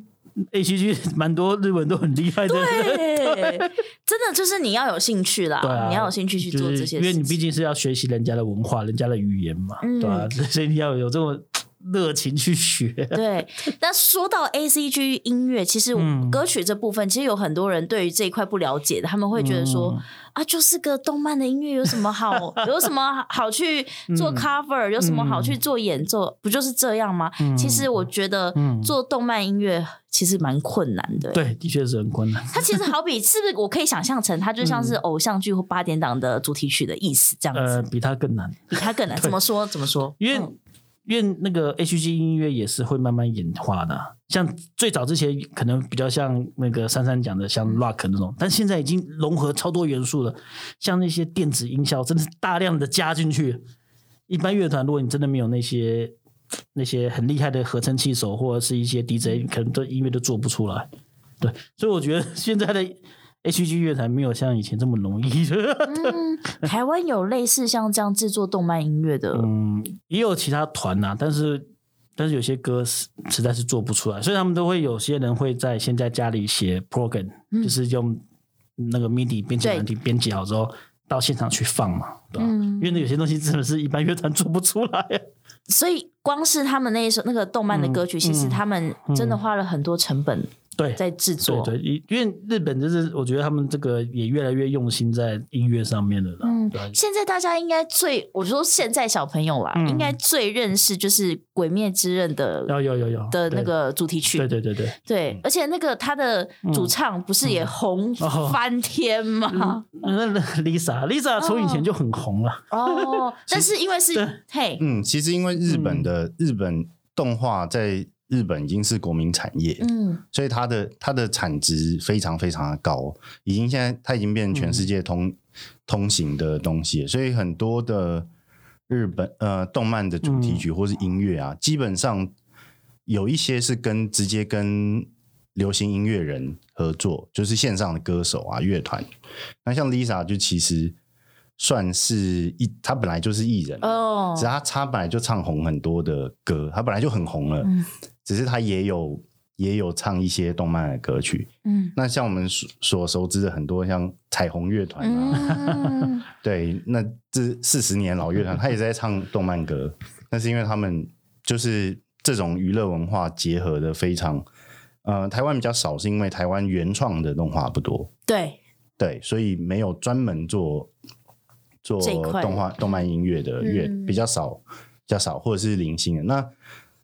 B: H G 蛮多日文都很厉害的，
A: 对， 真的就是你要有兴趣啦，
B: 对啊
A: 你要有兴趣去
B: 就
A: 做这
B: 是
A: 些
B: 因为
A: 事
B: 你
A: 情。
B: 毕竟是要学习人家的文化、人家的语言嘛，
A: 嗯
B: 对吧、 所以你要有这种热情去学。
A: 对，那说到 A C G 音乐，其实
B: 嗯
A: 歌曲这部分，其实有很多人对于这一块不了解的，他们会觉得
B: 嗯
A: 说、啊，就是个动漫的音乐，有什么 好，有什么好去
B: 嗯
A: 做 cover，、有什么好去做演奏，不就是这样吗？其实我觉得
B: 嗯
A: 做动漫音乐其实蛮困难的。
B: 对，的确是很困难。
A: 它其实好比是不是我可以想象成，它就像是偶像剧或八点档的主题曲的意思这样子，
B: 嗯呃，比它更难，
A: 比它更难。怎么说？怎么 说？
B: 因为、因为那个 H G 音乐也是会慢慢演化的啊，像最早之前可能比较像那个珊珊讲的像 rock 那种，但现在已经融合超多元素了，像那些电子音效真的是大量的加进去。一般乐团如果你真的没有那些那些很厉害的合成器手或者是一些 DJ，可能这音乐都做不出来。对，所以我觉得现在的 H G 乐坛没有像以前这么容易。
A: 嗯，台湾有类似像这样制作动漫音乐的，
B: 嗯，也有其他团呐、但是但是有些歌实实在是做不出来，所以他们都会有些人会在先在家里写 program，、就是用那个 MIDI 编辑
A: 嗯对
B: 软体编辑好之后，到现场去放嘛，对吧、
A: 嗯
B: 因为有些东西真的是一般乐团做不出来、啊 嗯
A: 所以光是他们那一首那个动漫的歌曲，其实他们真的花了很多成本
B: 对
A: 在制
B: 对
A: 作。
B: 对，因因为日本就是我觉得他们这个也越来越用心在音乐上面了啦。
A: 嗯
B: 对，
A: 现在大家应该最，我说现在小朋友啦，
B: 嗯
A: 应该最认识就是《鬼灭之刃》的
B: 有有有有
A: 的
B: 对
A: 那个主题曲。
B: 对嗯对对对，
A: 对而且那个他的主唱不是也红
B: 哦
A: 翻天吗？
B: 嗯那那 Lisa Lisa 从以前就很红了，
A: 哦，但是因为是嘿，
C: 嗯，其实因为日本的、日本动画在日本已经是国民产业，
A: 嗯
C: 所以它的它的产值非常非常的高，已经现在它已经变成全世界通、通行的东西了，所以很多的日本呃动漫的主题曲或是音乐啊，基本上有一些是跟直接跟流行音乐人合作，就是线上的歌手啊乐团。那像 Lisa 就其实算是一，她本来就是艺人，
A: 哦
C: 只
B: 啊
C: 是，她她本来就唱红很多的歌，她本来就很红了。
A: 嗯
C: 只是他也有也有唱一些动漫的歌曲。
A: 嗯
C: 那像我们所所熟知的很多像彩虹乐团啊，
A: 嗯，
C: 对，那这四十年老乐团，他也在唱动漫歌。那是因为他们就是这种娱乐文化结合的非常，呃，台湾比较少，是因为台湾原创的动画不多，
A: 对，
C: 对，所以没有专门做做
A: 这一块
C: 动画动漫音乐的乐、
A: 嗯
C: 比较少，比较少，或者是零星的。那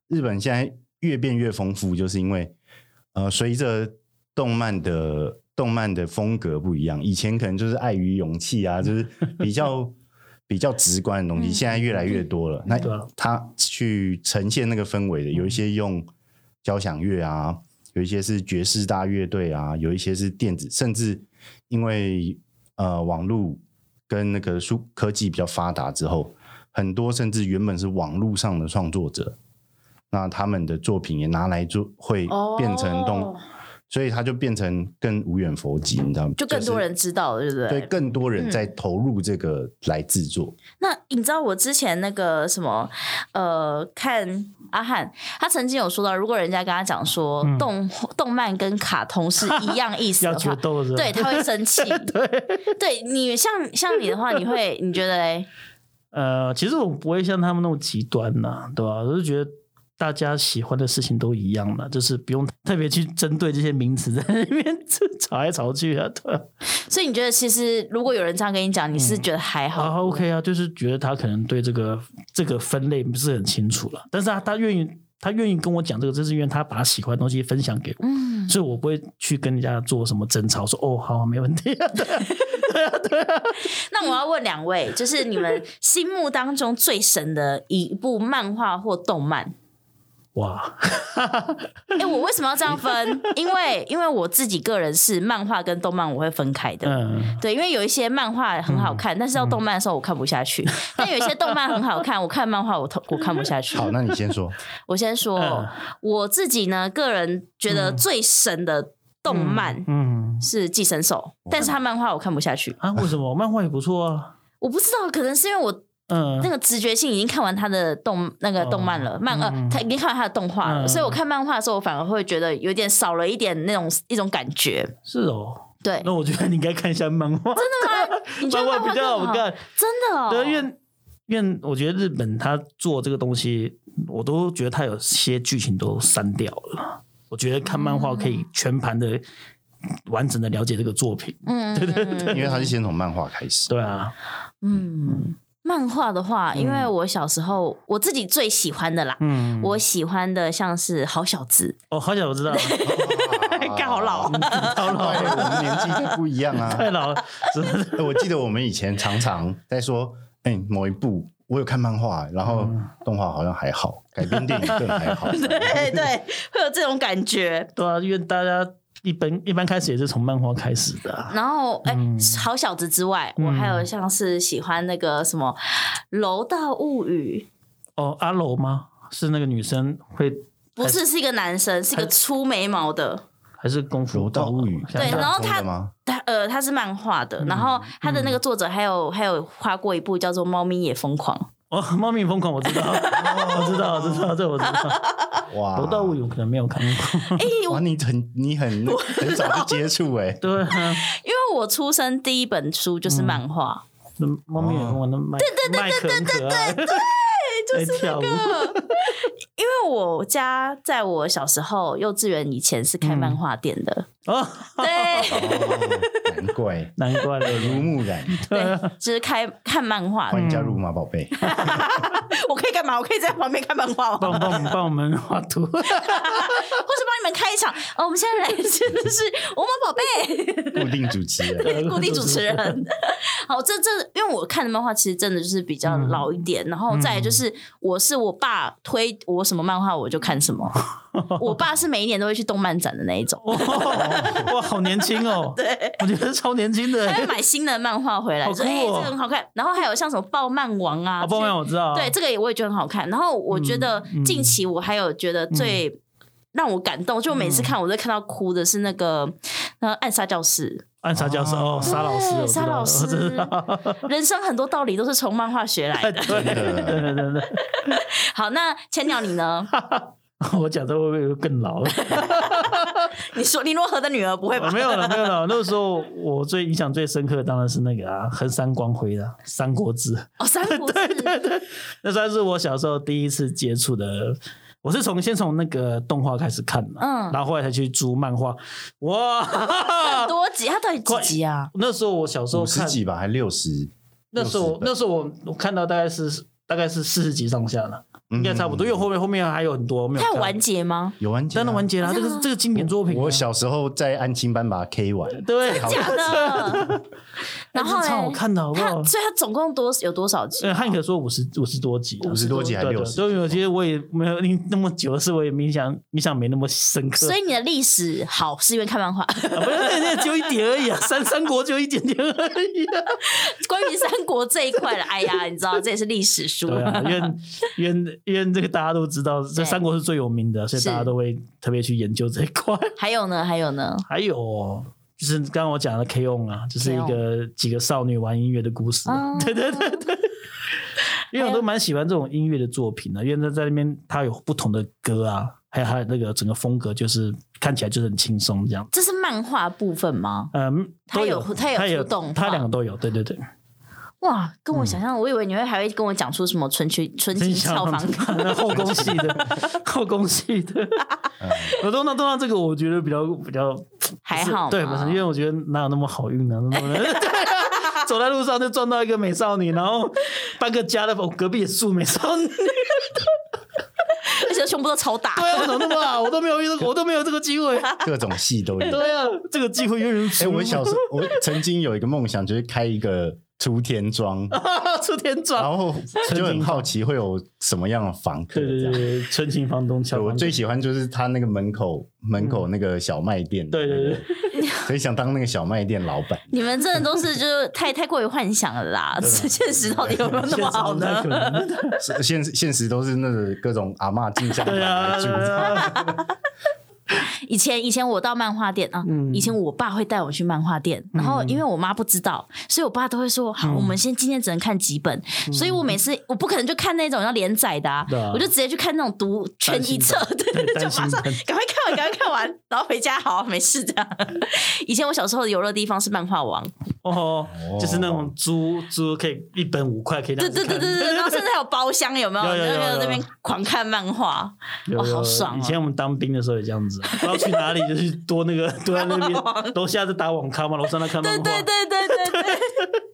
C: 日本现在越变越丰富，就是因为呃，随着动漫的动漫的风格不一样，以前可能就是爱与勇气啊，就是比较 比较直观的东西，
A: 嗯
C: 现在越来越多了。那
B: 对啊
C: 它去呈现那个氛围的，有一
A: 嗯
C: 些用交响乐啊，有一些是爵士大乐队啊，有一些是电子，甚至因为呃网络跟那个数科技比较发达之后，很多甚至原本是网络上的创作者，那他们的作品也拿来做，会
A: 哦
C: 变成动，所以它就变成更无远佛及，你知道吗？
A: 就更多人知道了，嗯对不
C: 就是、对更多人在投入这个来制作，
A: 那你知道我之前那个什么，呃，看阿汉，他曾经有说到，如果人家跟他讲说、
B: 嗯
A: 动动漫跟卡通是一样意思
B: 要
A: 的
B: 决
A: 话，
B: 斗是吧？
A: 对，他会生 气。对，你像像你的话，你会你觉得嘞？
B: 呃，其实我不会像他们那么极端呐、对吧？我就觉得大家喜欢的事情都一样啦，就是不用 特别去针对这些名词在那边 吵来吵去啊，对吧？
A: 所以你觉得其实如果有人这样跟你讲，你是觉得还好、
B: 啊，OK 啊，就是觉得他可能对这个这个分类不是很清楚了，但是他他愿意他愿意跟我讲这个，这是因为他把他喜欢的东西分享给我，
A: 嗯，
B: 所以我不会去跟人家做什么争吵，说哦好没问题啊，对
A: 那我要问两位，就是你们心目当中最神的一部漫画或动漫，
B: 哇，
A: 哎、我为什么要这样分？因为因为我自己个人是漫画跟动漫我会分开的。
B: 嗯，
A: 对，因为有一些漫画很好看，但是到动漫的时候我看不下去。 但有一些动漫很好看，我看漫画我同我看不下去。
C: 好，那你 先说。
A: 我先说、
B: 嗯
A: 我自己呢，个人觉得最神的动漫
B: 嗯
A: 是《寄生兽》，但是它漫画我看不下去。
B: 啊，为什么漫画也不错啊？
A: 我不知道，可能是因为我
B: 嗯哦
A: 那，个直觉性已经看完他的动那个动漫了，漫呃
B: 嗯，
A: 他已经看完他的动画了，
B: 嗯
A: 所以我看漫画的时候，我反而会觉得有点少了一点那种一种感觉。
B: 是哦，
A: 对，
B: 那我觉得你应该看一下漫画，
A: 真的吗？你觉得漫
B: 漫画
A: 画
B: 比较
A: 更
B: 好看，
A: 真的哦。
B: 对，因为因为我觉得日本他做这个东西，我都觉得他有些剧情都删掉了。我觉得看漫画可以全盘的、完整的了解这个作品。
A: 嗯，对对对
C: 因为他是先从漫画开始。
B: 对啊，
A: 嗯，漫画的话，因为我小时候我自己最喜欢的啦，
B: 嗯，
A: 我喜欢的像是好小子，
B: 哦，好想我知道，
A: 干好老
C: 好老，我们年纪就不一样啊。
B: 太老了，真的
C: 我记得我们以前常常在说，哎、某一部我有看漫画，然后
B: 嗯
C: 动画好像还好，改编电影更还 好。
A: 对对，会有这种感觉。
B: 对啊，因为大家一般一般开始也是从漫画开始的啊、
A: 然后，哎、
B: 嗯
A: 好小子之外，我还有像是喜欢那个什么《楼道物语
B: 哦，阿楼吗？是那个女生会》，
A: 不是是一个男生，是一个粗眉毛的，
B: 还是功夫
C: 柔道物语，
B: 像
A: 对然后他
C: 真的吗？
A: 他呃他是漫画的，然后他的那个作者还有、还有画过一部叫做《猫咪也疯狂》，
B: 哦，猫咪疯狂，我知 道，我知道，我知道，这我知道。
C: 哇，
B: 柔道物语我可能没有看过，
A: 哎、
C: 哇，你很你很很早就接触哎、
B: 对啊。
A: 因为我出生第一本书就是漫画，
B: 那猫咪也跟我那麦麦克很可爱，对对对对对，在跳舞，
A: 因为为我家在我小时候幼稚园以前是开漫画店的，
B: 哦，
A: 对
C: 哦难怪
B: 难怪了，
C: 耳濡目染，
A: 对，就是开看漫画
C: 欢。迎加入马宝贝。
A: 我可以干嘛？我可以在旁边看漫画吗？
B: 帮帮我们帮我们画图，
A: 或是帮你们开一场。哦，我们现在来真的是我们宝贝
B: 嗯
C: 固定主持人，
A: 固定主持人。 好，这这因为我看的漫画其实真的就是比较老一点，然后再来就是我是我爸推我什么漫画我就看什么，我爸是每一年都会去动漫展的那一种，
B: 哇，哇好年轻哦，
A: 对。
B: 我觉得超年轻的
A: 他，会买新的漫画回来，
B: 好
A: 说
B: 酷
A: 哎、
B: 哦
A: 这个很好看。然后还有像什么爆漫王啊，
B: 啊，不然我知道，
A: 对，这个也我也觉得很好看。然后我觉得
B: 嗯嗯嗯
A: 近期我还有觉得最让我感动，就我每次看我都看到哭的是那个那个暗杀教室，
B: 暗杀教授哦，
C: 对
B: 沙老师，我知道
A: 沙老师
B: 我知道，
A: 人生很多道理都是从漫画学来
B: 对
A: 的。
B: 对对对对，
A: 好，那千鸟你 呢？
B: 我讲这会不会更老了？
A: 你说林若河的女儿不会吧？
B: 没有了，没有了。那个时候我最印象最深刻的当然是那个啊，横山光辉的《三国志》，
A: 哦，三 国志，
B: 那算是我小时候第一次接触的。我是从先从那个动画开始看嘛，
A: 嗯
B: 然后后来才去租漫画。 哇，
A: 多集，它到底几集啊？
B: 那时候我小时候
C: 五十
B: 看，
C: 几吧，还六十，
B: 那时候我
C: 60本
B: 那时候我我看到大概是大概是四十集上下了，应该差不多，因
C: 嗯
B: 为后面后面还有很多没有
A: 它有
B: 看。
A: 完结吗？
C: 有完结啊，
B: 当然完结了，这个是这个经典作品啊。
C: 我小时候在安亲班把它 K 完，
B: 对，
A: 假 的。然后
B: 哎
A: 嘞
B: 真超好看的，好不
A: 它
B: 好？
A: 所以它总共多有多少 集
B: 呃，？汉可说五十五十多集啊，
C: 五十多集还
B: 对
C: 六
B: 对，
C: 十，
B: 所以我其实我也没有印那么久的事，我也印象印象没那么深刻。
A: 所以你的历史好是因为看漫画，
B: 啊不是那那只有一点而已啊，三三国只有一点点而已啊。
A: 关于三国这一块的，哎呀，你知道这也是历史书。
B: 对 啊，因为因为因为这个大家都知道，这
A: 对
B: 三国是最有名的，所以
A: 是
B: 大家都会特别去研究这一块。
A: 还有呢，还有呢，
B: 还有哦就是刚刚我讲的 K on 啊，就是一个几个少女玩音乐的故事啊、
A: 哦
B: 对对对对。因为我都蛮喜欢这种音乐的作品的、因为他在那边他有不同的歌啊，还有他那个整个风格，就是看起来就是很轻松这样。
A: 这是漫画部分吗？
B: 嗯，
A: 他
B: 都
A: 有他
B: 他
A: 有
B: 有
A: 出动画
B: 他两个都有，对对对。
A: 哇，跟我
B: 嗯
A: 想象，我以为你会还会跟我讲出什么纯情纯情俏房
B: 真想 那后宫戏 的，后宫戏的。呃我通常通常这个我觉得比较比较
A: 嗯还好
B: 对，不
A: 吗
B: 是因为我觉得哪有那么好运呢、那么 走在路上就撞到一个美少女，然后半个家的我隔壁也住美少女， 对
A: 而且胸部都超大。
B: 啊，我怎么那么好？我都没有遇到，我都没有这个机会。
C: 各种戏都 有。
B: 对啊，这个机会永远
C: 哎、
B: 是
C: 我小时候我曾经有一个梦想，就是开一个雏 田庄，
B: 哦出天
C: 然
B: 窗。
C: 后就很好奇会有什么样的房客
B: 对对对
C: 这样。
B: 对，纯情房东
C: 对
B: 乔，
C: 我最喜欢就是他那个门口门口那个小卖店，
B: 对对对，
C: 所以想当那个小卖店老板。
A: 你们真的都是就是太太过于幻想了啦，
B: 啊
A: 现实到底有没有那么好
B: 现在
A: 呢
B: 不？太可能
C: 是现实现实都是那个各种阿 嬷进香
B: 对啊，
C: 来住
B: 对，啊，
A: 以前以前我到漫画店啊，
B: 嗯
A: 以前我爸会带我去漫画店，然后因为我妈不知道，所以我爸都会说：“
B: 嗯
A: 好，我们先今天只能看几本。”所以我每次我不可能就看那种要连载的啊
B: 对啊，
A: 我就直接去看那种读全一册，对对， 对就
B: 单
A: 马
B: 行
A: 上
B: 本
A: 赶快看完，赶快看完，然后回家好没事这样。 以前我小时候的游乐地方是漫画王，
B: 哦
C: 哦，
B: 就是那种租租可以一本五块，可以让
A: 对
B: 你
A: 对对
B: 看
A: 对对，对然后甚至还有包厢，有没有？
B: 有有有
A: 那边
B: 有
A: 那边狂看漫画，
B: 有
A: 哇，
B: 有
A: 好爽
B: 以
A: 哦！
B: 前我们当兵的时候也这样子啊，不知道去哪里就去多那 个多在那边，楼下在打网咖嘛，楼上在看漫
A: 对
B: 画，
A: 对对对对对，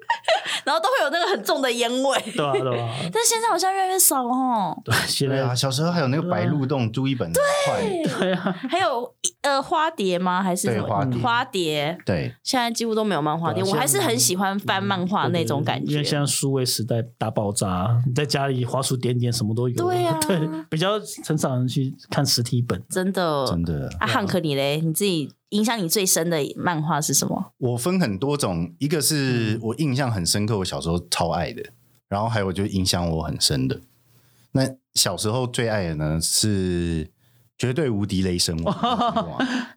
A: 然后都会有那个很重的烟味。
B: 对吧啊对吧？
A: 但现在好像越来越少哦。
B: 对，现
C: 对
B: 在
C: 啊，小时候还有那个白鹿洞租一本很快，
B: 对啊，
A: 还有呃花蝶吗？还是
C: 对
A: 什么
C: 花
A: 嗯
C: 蝶
A: 蝶
C: 对，
A: 现在几乎都没有漫画嗯店，
B: 对啊
A: 我还是很喜欢翻漫画那种感
B: 因
A: 觉
B: 为。现在数位时代大爆炸，你在家里滑鼠点点什么都有，
A: 对啊
B: 对，比较很少人去看实体本。
A: 真的，
C: 真的。
A: 啊，汉克你嘞，你自己影响你最深的漫画是什么？
C: 我分很多种，一个
B: 嗯
C: 是我印象很深刻，我小时候超爱的，然后还有就影响我很深的。那小时候最爱的呢是绝对无敌雷神王，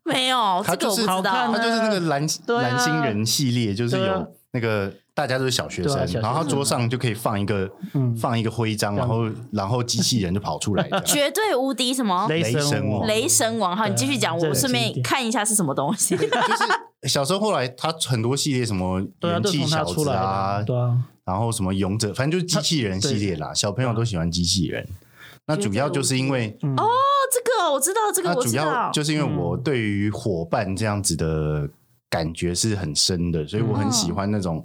A: 没有，这
C: 他
A: 个
C: 就
A: 我不
C: 是
A: 知道
B: 好
C: 他
B: 看。
C: 就是那个蓝
B: 啊对啊
C: 蓝星人系列，就是
B: 对啊
C: 有那个大家都是小学生
B: 对啊小，学生
C: 然后他桌上就可以放一个
B: 嗯
C: 放一个徽章，然后然后机器人就跑出来 这样，
A: 绝对无敌什么
B: 雷啊
C: 雷神
B: 王，
C: 王
A: 哦雷神王？啊好，你继续讲，
B: 这
A: 我
B: 个
A: 顺
B: 经
A: 便
B: 典
A: 看一下是什么东 西。哦
C: 就是小时候后来他很多系列什么
B: 对啊，
C: 元
B: 都是
C: 气
B: 从他
C: 小
B: 出
C: 子
B: 来的
C: 啊
B: 啊，，对啊，
C: 然后什么勇者，反正就是机器人系列啦。小朋友都喜欢机器人，那主要就是因为
B: 嗯
A: 这个哦我知嗯道，这个
C: 那
A: 我
C: 主
A: 知
C: 要
A: 道，嗯
C: 就是因为我对于伙伴这样子的感觉是很深的，
A: 嗯
C: 所以我很喜欢那种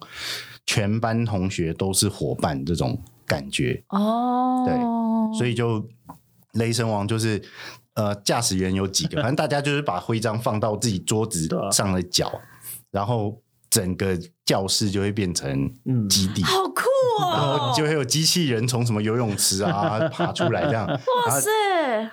C: 全班同学都是伙伴这种感觉，
A: 哦，对
C: 所以就雷神王就是。呃，驾驶员有几个？ 反正大家就是把徽章放到自己桌子
B: 对啊
C: 上的角，然后整个教室就会变成
B: 嗯
C: 基地，
A: 好酷
C: 然
A: 哦
C: 后，就会有机器人从什么游泳池 啊爬出来这样，然后
A: 哇塞，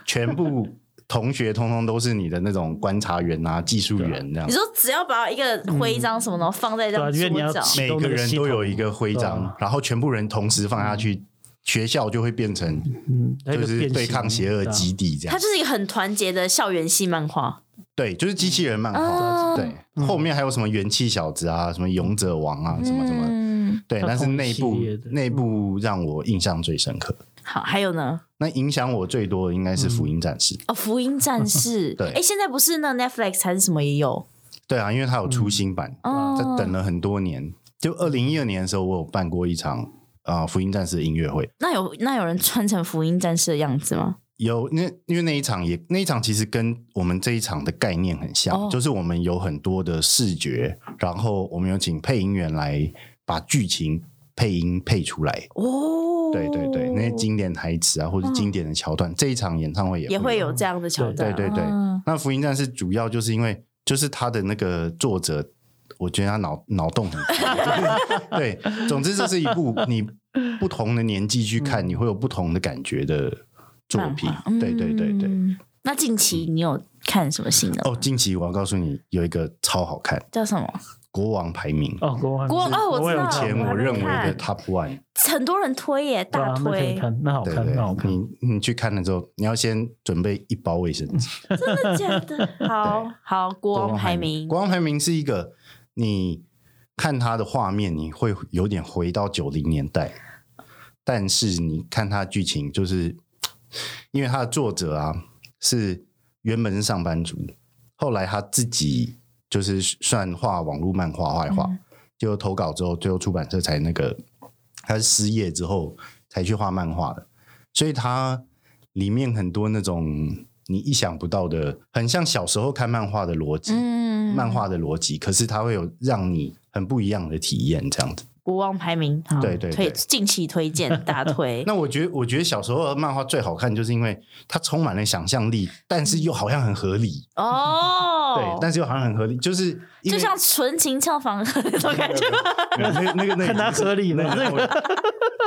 C: 全部同学通通都是你的那种观察员啊、技术员这样
A: 你，说只要把一个徽章什么的放在这
B: 嗯对啊
A: 张
B: 因为你要
A: 桌角，
B: 记
C: 每个人都有一个徽
B: 对
C: 章
B: 啊，
C: 然后全部人同时放下去，学校就会变成
B: 嗯，它有
C: 就
B: 一个
C: 是
B: 变
C: 对
B: 形
C: 抗邪恶
B: 对啊
C: 基地这
A: 它
C: 样。
A: 就是一个很团结的校园系漫画
C: 对，就是机器人漫
B: 嗯
C: 画。
A: 啊，
C: 对，后面还有什么元气小子啊，什么勇者王啊，什么什么。
A: 嗯，
C: 对，
B: 它
C: 但是
B: 同一
C: 内
B: 系
C: 部
B: 列的
C: 内部让我印象最深刻。
A: 好，还有呢，
C: 那影响我最多的应该
B: 嗯
C: 是福音战士。
A: 哦，福音战士，
C: 对
A: 哎，现在不是那 Netflix 还是什么也有，
C: 对啊，因为它有出新版，
A: 哦，
C: 啊在等了很多年。就二零一二年的时候，我有办过一场啊、呃福音战士的音乐会，
A: 那有那有人穿成福音战士的样子吗？
C: 有那因为那一场也那一场其实跟我们这一场的概念很像，
A: 哦
C: 就是我们有很多的视觉，然后我们有请配音员来把剧情配音配出来。
A: 哦，嗯
C: 对对对，那些经典台词啊，或者经典的桥段，这一场演唱会也
A: 也
C: 会
A: 会
C: 有。
A: 有这样的桥段，
C: 对对对
A: 啊
C: 那福音战士主要就是因为就是他的那个作者，我觉得他脑脑洞很大。 对，总之这是一部你不同的年纪去
B: 嗯
C: 看，你会有不同的感觉的作品
A: 漫画。嗯
C: 对对对嗯对。
A: 那近期你有看什么新的？
C: 哦，近期我要告诉你，有一个超好看，《
A: 叫什么？
C: 国王排名
B: 哦，国王
A: 国王哦我知
B: 有
A: 道
B: 看
C: 前
A: 我还
C: 我
A: 没
C: 认为的
A: 看
C: top one，
A: 很多人推耶，
B: 对
A: 大
B: 啊，那可以
A: 推，
B: 看，那好
C: 对
B: 看，
C: 对
B: 那好，看。
C: 你你去看了之后，你要先准备一包卫生纸。
A: 真的 假的？好好，国王排名
C: 国王排名是一个你看它的画面，你会有点回到九零年代，但是你看它的剧情，就是因为它的作者啊是原本是上班族，后来他自己就是算画网络漫画坏画，
A: 嗯
C: 就投稿之后，最后出版社才那个他是失业之后才去画漫画的，所以它里面很多那种。你意想不到的，很像小时候看漫画的逻辑，
A: 嗯
C: 漫画的逻辑，可是它会有让你很不一样的体验，这样子。
A: 国王排名，好
C: 对对
A: 推
C: 对
A: 近期推 荐大推。
C: 那我觉得，我觉得小时候的漫画最好看，就是因为它充满了想象力，但是又好像很合理，对
A: 哦，，
C: 但是又好像很合理，就是因
A: 就
C: 为
A: 像纯情俏房客那种感觉吗，
C: 那个那个那
B: 看它
C: 个
B: 合理吗
C: 那个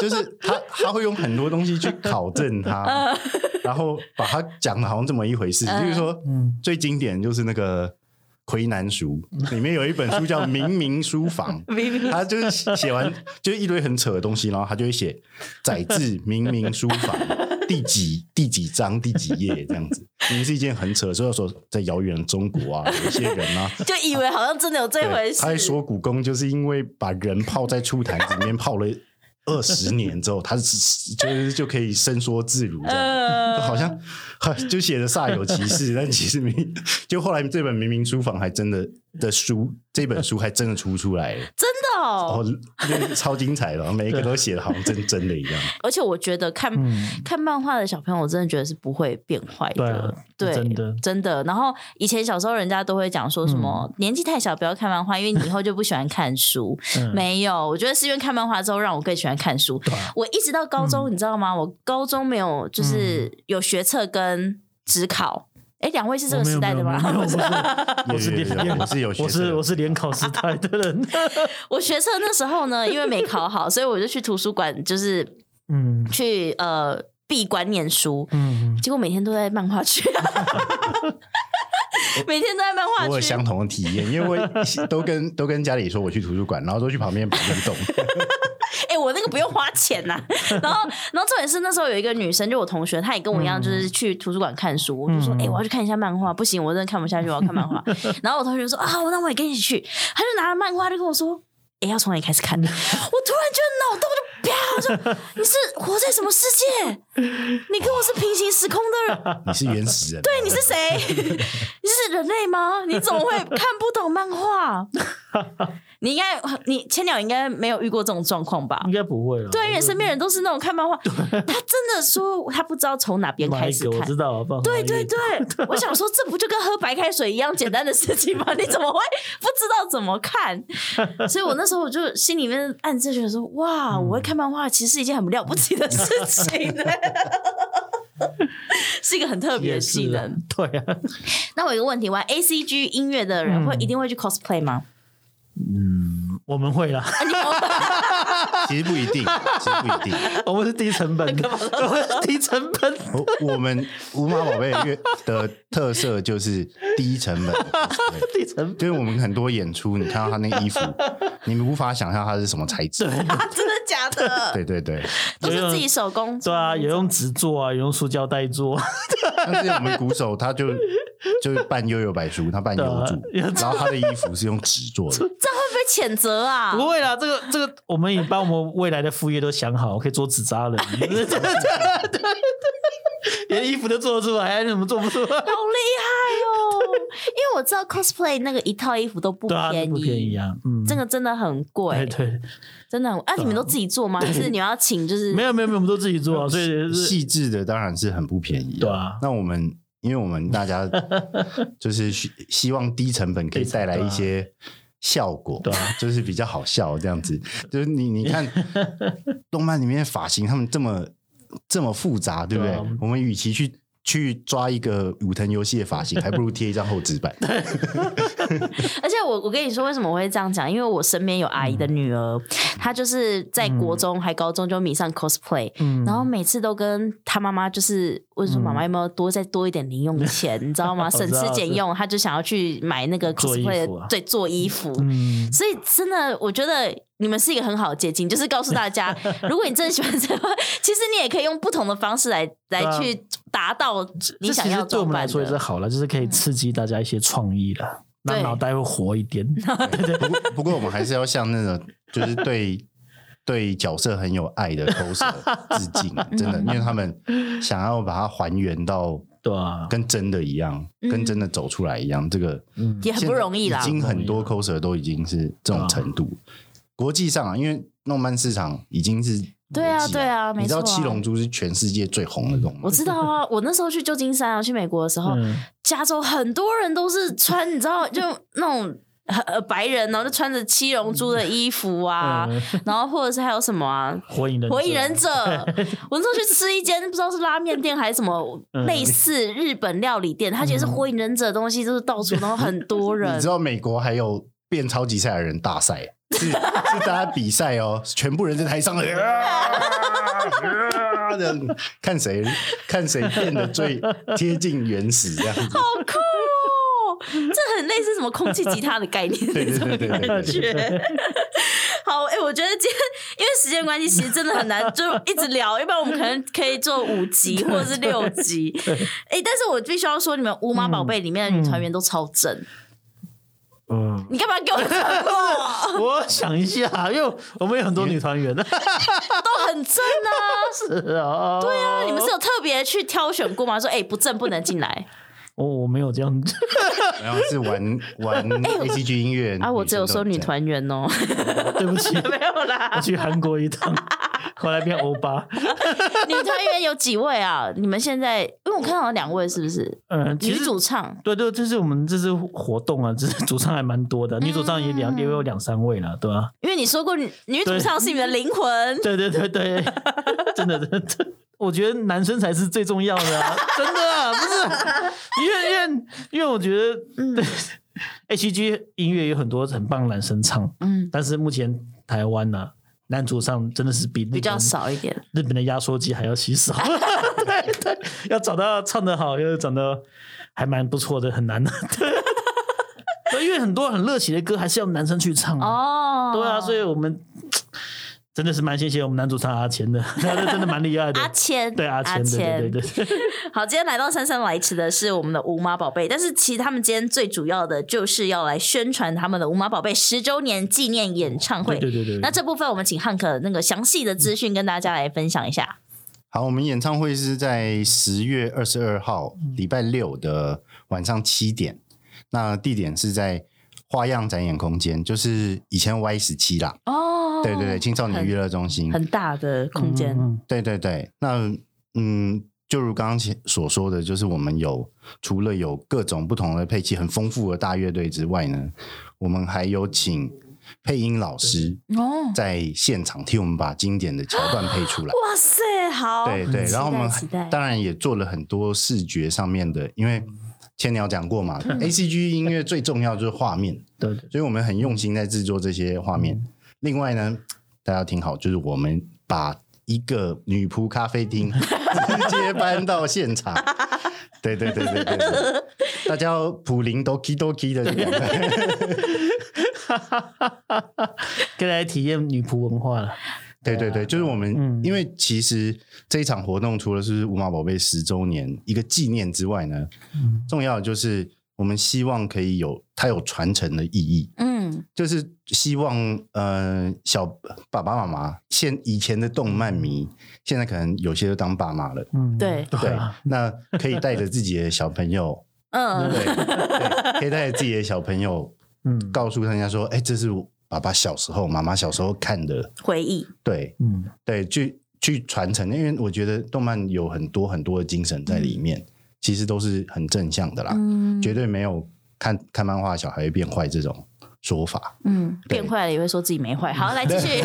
C: 就是他他会用很多东西去考证它，然后把它讲的好像这么一回事，
A: 嗯
C: 比如说
B: 嗯，
C: 最经典就是那个。魁南书里面有一本书叫《明明书房》，
A: 明明
C: 他就是写完就是一堆很扯的东西，然后他就会写“载至明明书房第几第几章第几页”这样子，明明是一件很扯的事，所以说在遥远的中国啊，有些人啊。
A: 就以为好像真的有这回
C: 对
A: 事。
C: 他还说古公就是因为把人泡在醋坛子里面泡了二十年之后，他是就是就可以伸缩自如 这样子。
A: 呃，
C: 好像 哈就写的煞有其事，但其实明 就后来这本《明明书房》还真的的书，这本书还真的出出来了。
A: 真的哦
C: 哦，，那超精彩的，每一个都写的好像真真的一样。
A: 而且我觉得看
B: 嗯
A: 看漫画的小朋友，我真的觉得是不会变坏
B: 对
A: 的
B: 啊，
A: 对，
B: 真的
A: 真的。然后以前小时候人家都会讲说什么、
C: 嗯
A: 年纪太小不要看漫画，因为你以后就不喜欢看 书。
B: 嗯
A: 没有，我觉得是因为看漫画之后让我更喜欢看书。
B: 对啊
A: 我一直到高中，你知道吗？我高中没有
B: 嗯
A: 就是有学测跟职考。哎，两位是这个
B: 我哦没
A: 时
B: 有
A: 代的吗？
B: 没有没有
C: 有
B: 我是
C: 有有
B: 连
C: 我是有学
B: 我
C: 测
B: 是
C: 的
B: 我是联考时代的人，
A: 我学测那时候呢，因为没考好，所以我就去图书馆，就是
B: 嗯
A: 去呃闭关念书。
B: 嗯，
A: 结果每天都在漫画区， 每天都在漫
C: 我
A: 画
C: 有
A: 区。
C: 相同的体验，因为我都跟都跟家里说我去图书馆，然后都去旁边摆运动。
A: 哎、我那个不用花钱呐、然后，然后重点是那时候有一个女生，就我同学，她也跟我一样，就是去图书馆看书。我就说，哎、我要去看一下漫画，不行，我真的看不下去，我要看漫画。然后我同学就说，啊，那我也跟你一起去。她就拿了漫画，就跟我说。哎、 要从哪里开始看？我突然觉得脑洞就啪，我说你是活在什么世界？你跟我是平行时空的人，
C: 你是原始人，
A: 对，你是谁？ 你是人类吗？你怎么会看不懂漫画？你应该，你千鸟应该没有遇过这种状况吧？
B: 应该不会了。
A: 对，因为身边人都是那种看漫画，他真的说他不知道从哪边
B: 买
A: 开
B: 一
A: 始
B: 个
A: 看
B: 我。知道，放
A: 对
B: 哪一
A: 对
B: 个
A: 对，我想说，这不就跟喝白开水一样简单的事情吗？你怎么会不知道怎么看？所以我那时候我就心里面暗自觉得说，哇，我
B: 嗯
A: 会看漫画其实是一件很了不起的事情 呢，是一个很特别的
B: 也
A: 技
B: 是啊
A: 能。，
B: 对啊，
A: 那我有一个问题，玩 A C G 音乐的人
B: 嗯
A: 会一定会去 cosplay 吗？
B: 我们会啦，
C: 其实不一定，其实不一定。
B: 我们是低成本的，我们是低成本的，
C: 我我们无码宝贝的乐的特色就是低成本，
B: 低 成
C: 就是我们很多演出，你看到他那个衣服，你们无法想象它是什么材质。
A: 啊，真的假的？
C: 对对对，
A: 都是自己手工。
B: 对啊，有用纸做啊，有用塑胶袋做，
C: 但是我们鼓手他就就是扮悠悠白书，他扮油柱，
B: 对啊
C: 然后他的衣服是用纸做 的，
A: 这样会不会谴责啊？
B: 不会啦，这个这个，我们也把我们未来的副业都想好，可以做纸扎人，对对对对对连衣服都做得出来，还有什么做不出来？
A: 好厉害哦！因为我知道 cosplay 那个一套衣服都不
B: 对啊，
A: 便宜，
B: 不便宜啊，嗯，
A: 这个真的很
B: 对
A: 贵，
B: 哎对，
A: 真的很。啊，你们都自己做吗？还是你要请？就是
B: 没有没有没有，我们都自己做啊，所以是
C: 细致的当然是很不便宜。
B: 对啊
C: 那我们因为我们 大家就是希希望低成本可以带来一些。效果
B: 啊对啊
C: 就是比较好笑这样子，就是你你 看动漫里面的发型，他们这么这么复杂，对不对？
B: 对啊
C: 我们与其去去抓一个武藤游戏的发型，还不如贴一张厚 纸板。
A: 而且我我跟你说，为什么我会这样讲？因为我身边有阿姨的
B: 嗯
A: 女儿，她就是在国中还高中就迷上 cosplay，、
B: 嗯
A: 然后每次都跟她妈妈就是问说妈妈有没有多再多一点零用钱，你知道吗？
B: 我知道
A: 省吃俭用，她就想要去买那个
B: 做衣服
A: cosplay，
B: 啊
A: 的对，做衣服。
B: 嗯，
A: 所以真的，我觉得你们是一个很好的捷径，就是告诉大 家，如果你真的喜欢这个，其实你也可以用不同的方式来来
B: 啊
A: 去达到你
B: 这
A: 想
B: 其
A: 要
B: 实对我
A: 装
B: 们来
A: 扮
B: 说也是
A: 的。
B: 好了，就是可以刺激大家一些创意啦，
A: 嗯
B: 让
A: 对
B: 脑袋会活一 点。
C: 不过不过我们还是要向那种就是对对角色很有爱的 coser 致敬，真的，因为他们想要把它还原到
B: 对啊，
C: 跟真的一样，
A: 嗯
C: 跟真的走出来一样，这个
B: 嗯，
A: 也很不容易啦啊
C: 已经很多 coser 都已经是这种程度。国际上啊，因为动漫市场已经是
A: 对啊
C: 国际
A: 对啊没
C: 你知道
A: 错啊
C: 七龙珠是全世界最红的动漫
A: 我，知道 啊，我那时候去旧金山啊，去美国的时候，
B: 嗯
A: 加州很多人都是穿，你知道，就那种呃白人，然后就穿着七龙珠的衣服啊，
B: 嗯
A: 然后或者是还有什么啊。
B: 火影忍者
A: 火影 忍者，我那时候去吃一间不知道是拉面店还是什么
B: 嗯
A: 类似日本料理店，他觉得是火影忍者的东西，就是到处然后很多人
C: 嗯 你知，道美国还有变超级赛亚人大赛，是是大家比赛哦，全部人在台上啊啊这样子看谁看谁变得最贴近原始这样子。
A: 好酷哦！这很类似什么空气吉他的概念 那
C: 对对
A: 种
C: 对对
A: 感
C: 对对
A: 觉。好，哎、我觉得今天因为时间关系，其实真的很难就一直聊，要不然我们可能可以做五集或者是六集。哎、但是我必须要说，你们五马宝贝里面的女团员都超正，
B: 嗯，
A: 你干嘛给我讲过？
B: 我想一下，因为我们有很多女团 员，
A: 都很正啊！
B: 是啊，对
A: 那你们是有特别去挑选过吗？说哎、不正不能进 来
B: 我哦我没有这样，
C: 然后是玩玩 A C G 音乐
A: 哎啊！我只有说女，团员哦，
B: 对不起，
A: 没有啦
B: 我。去韩国一 趟，回来变欧巴，
A: 女团员有几位啊？你们现在因为我看到有两位，是不是？
B: 嗯，其
A: 女
B: 实
A: 主唱，
B: 对对，这是我们这次活动啊，这是主唱还蛮多的，女主唱也
A: 嗯
B: 两也有两三位了，对啊吧？
A: 因为你说过女女主
B: 对嗯
A: 唱是你们的灵魂，
B: 对对对对，真的真的，我觉得男生才是最重要的啊，真的啊，不是，因为因为因为我觉得，
A: 嗯
B: 对 H G 音乐有很多很棒的男生唱，
A: 嗯，
B: 但是目前台湾呢、男主唱真的是比
A: 比
B: 比
A: 较少一点。
B: 日本的压缩机还要 稀少，对对，要找到唱得好又长得还蛮不错的很难的， 对，对因为很多很热血的歌还是要男生去唱啊
A: 哦，
B: 对啊，所以我们真的是蛮谢谢我们男主唱阿谦的， 他真的蛮厉害的。
A: 阿谦，
B: 对阿谦，对对对对，
A: 好，今天来到姗姗来迟的是我们的五马宝贝，但是其实他们今天最主要的就是要来宣传他们的五马宝贝十周年纪念演唱会。
B: 对对对对
A: 那这部分我们请汉克那个详细的资讯跟大家来分享一下。
C: 好，我们演唱会是在十月二十二号
A: 嗯
C: 礼拜六的晚上七点，那地点是在花样展演空间，就是以前 Y 十七啦，
A: 哦，
C: 对对对，青少年娱乐中心，
A: 很大的空间，
B: 嗯
C: 对对对，那嗯，就如刚刚前所说的，就是我们有除了有各种不同的配器，很丰富的大乐队之外呢，我们还有请配音老师
A: 哦，
C: 在现场替我们把经典的桥段配出来。
A: 哇塞，好，
C: 对对，
A: 哦期
C: 然后我
A: 待
C: 们
A: 期待
C: 当然也做了很多视觉上面的，因为千鸟讲过嘛，A
A: 嗯
C: C G 音乐最重要就是画面，
B: 对对，
C: 所以我们很用心在制作这些画
A: 嗯
C: 面。另外呢，大家听好，就是我们把一个女仆咖啡 厅直接搬到现场。对对对对对对，大家要普林 doki doki 的这个，
B: 跟大家体验女仆文化了。
C: 对对对，就是我们，
B: 嗯
C: 因为其实这一场活动除了是五马宝贝十周年一个纪念之外呢，
B: 嗯
C: 重要的就是我们希望可以有它有传承的意义。
A: 嗯，
C: 就是希望呃小爸爸妈妈现以前的动漫迷，现在可能有些都当爸妈了，
B: 嗯，
A: 对
C: 对
B: 啊，
C: 那可以带着自己的小朋友，
A: 嗯，
C: 对对，可以带着自己的小朋友
B: 嗯
C: 告诉大家说，哎、这是我爸爸小时候、妈妈小时候看的，
A: 回忆，
C: 对
B: 嗯，
C: 对，去去传承，因为我觉得动漫有很多很多的精神在里面，其实都是很正向的啦，
A: 嗯，
C: 绝对没有看看漫画小孩会变坏这种说法。
A: 嗯，
C: 对嗯
A: 变坏了也会说自己没坏。好，来继 续。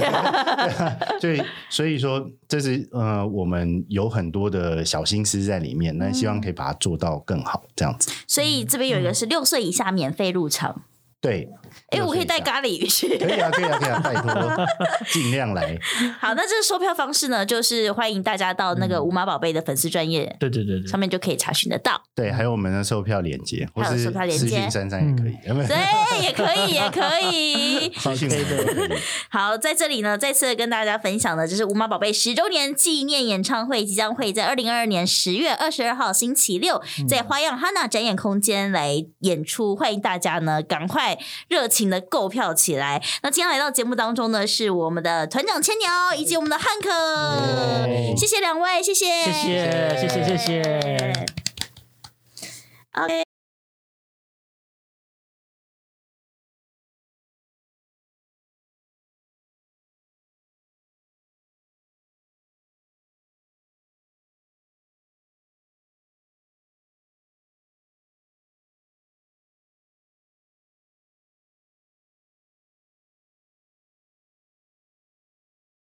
C: 所以，所以说，这是呃，我们有很多的小心思在里面，那希望
A: 嗯
C: 可以把它做到更好，这样子。
A: 所以这边有一
C: 嗯
A: 个是六岁以下免费入场。
C: 对，
A: 哎、我可以带
C: 干，
A: 咖喱鱼去。
C: 可以啊，可以啊，可以啊，拜托，尽量来。
A: 好，那这个售票方式呢，就是欢迎大家到那
C: 嗯
A: 个五马宝贝的粉丝专业
B: 对对对对
A: 上，面就可以查询得 到。
C: 对，还有我们的售票链接，或
A: 还有
C: 是
A: 售票链
C: 私
A: 接
C: 讯珊珊也可以，有 没有？
A: 对，也可以，也可以。
C: 私讯我也嗯可以。
A: 好，在这里呢，再次跟大家分享的，就是五马宝贝十周年纪念演唱会，即将会在二零二二年十月二十二号星期六，在花样哈娜展演空间来演出，欢迎大家呢赶快热情的购票起来。那今天来到节目当中呢，是我们的团长千鸟以及我们的汉克，
B: 耶
A: 谢谢两位，谢谢，
B: 谢谢谢谢谢谢。
A: OK。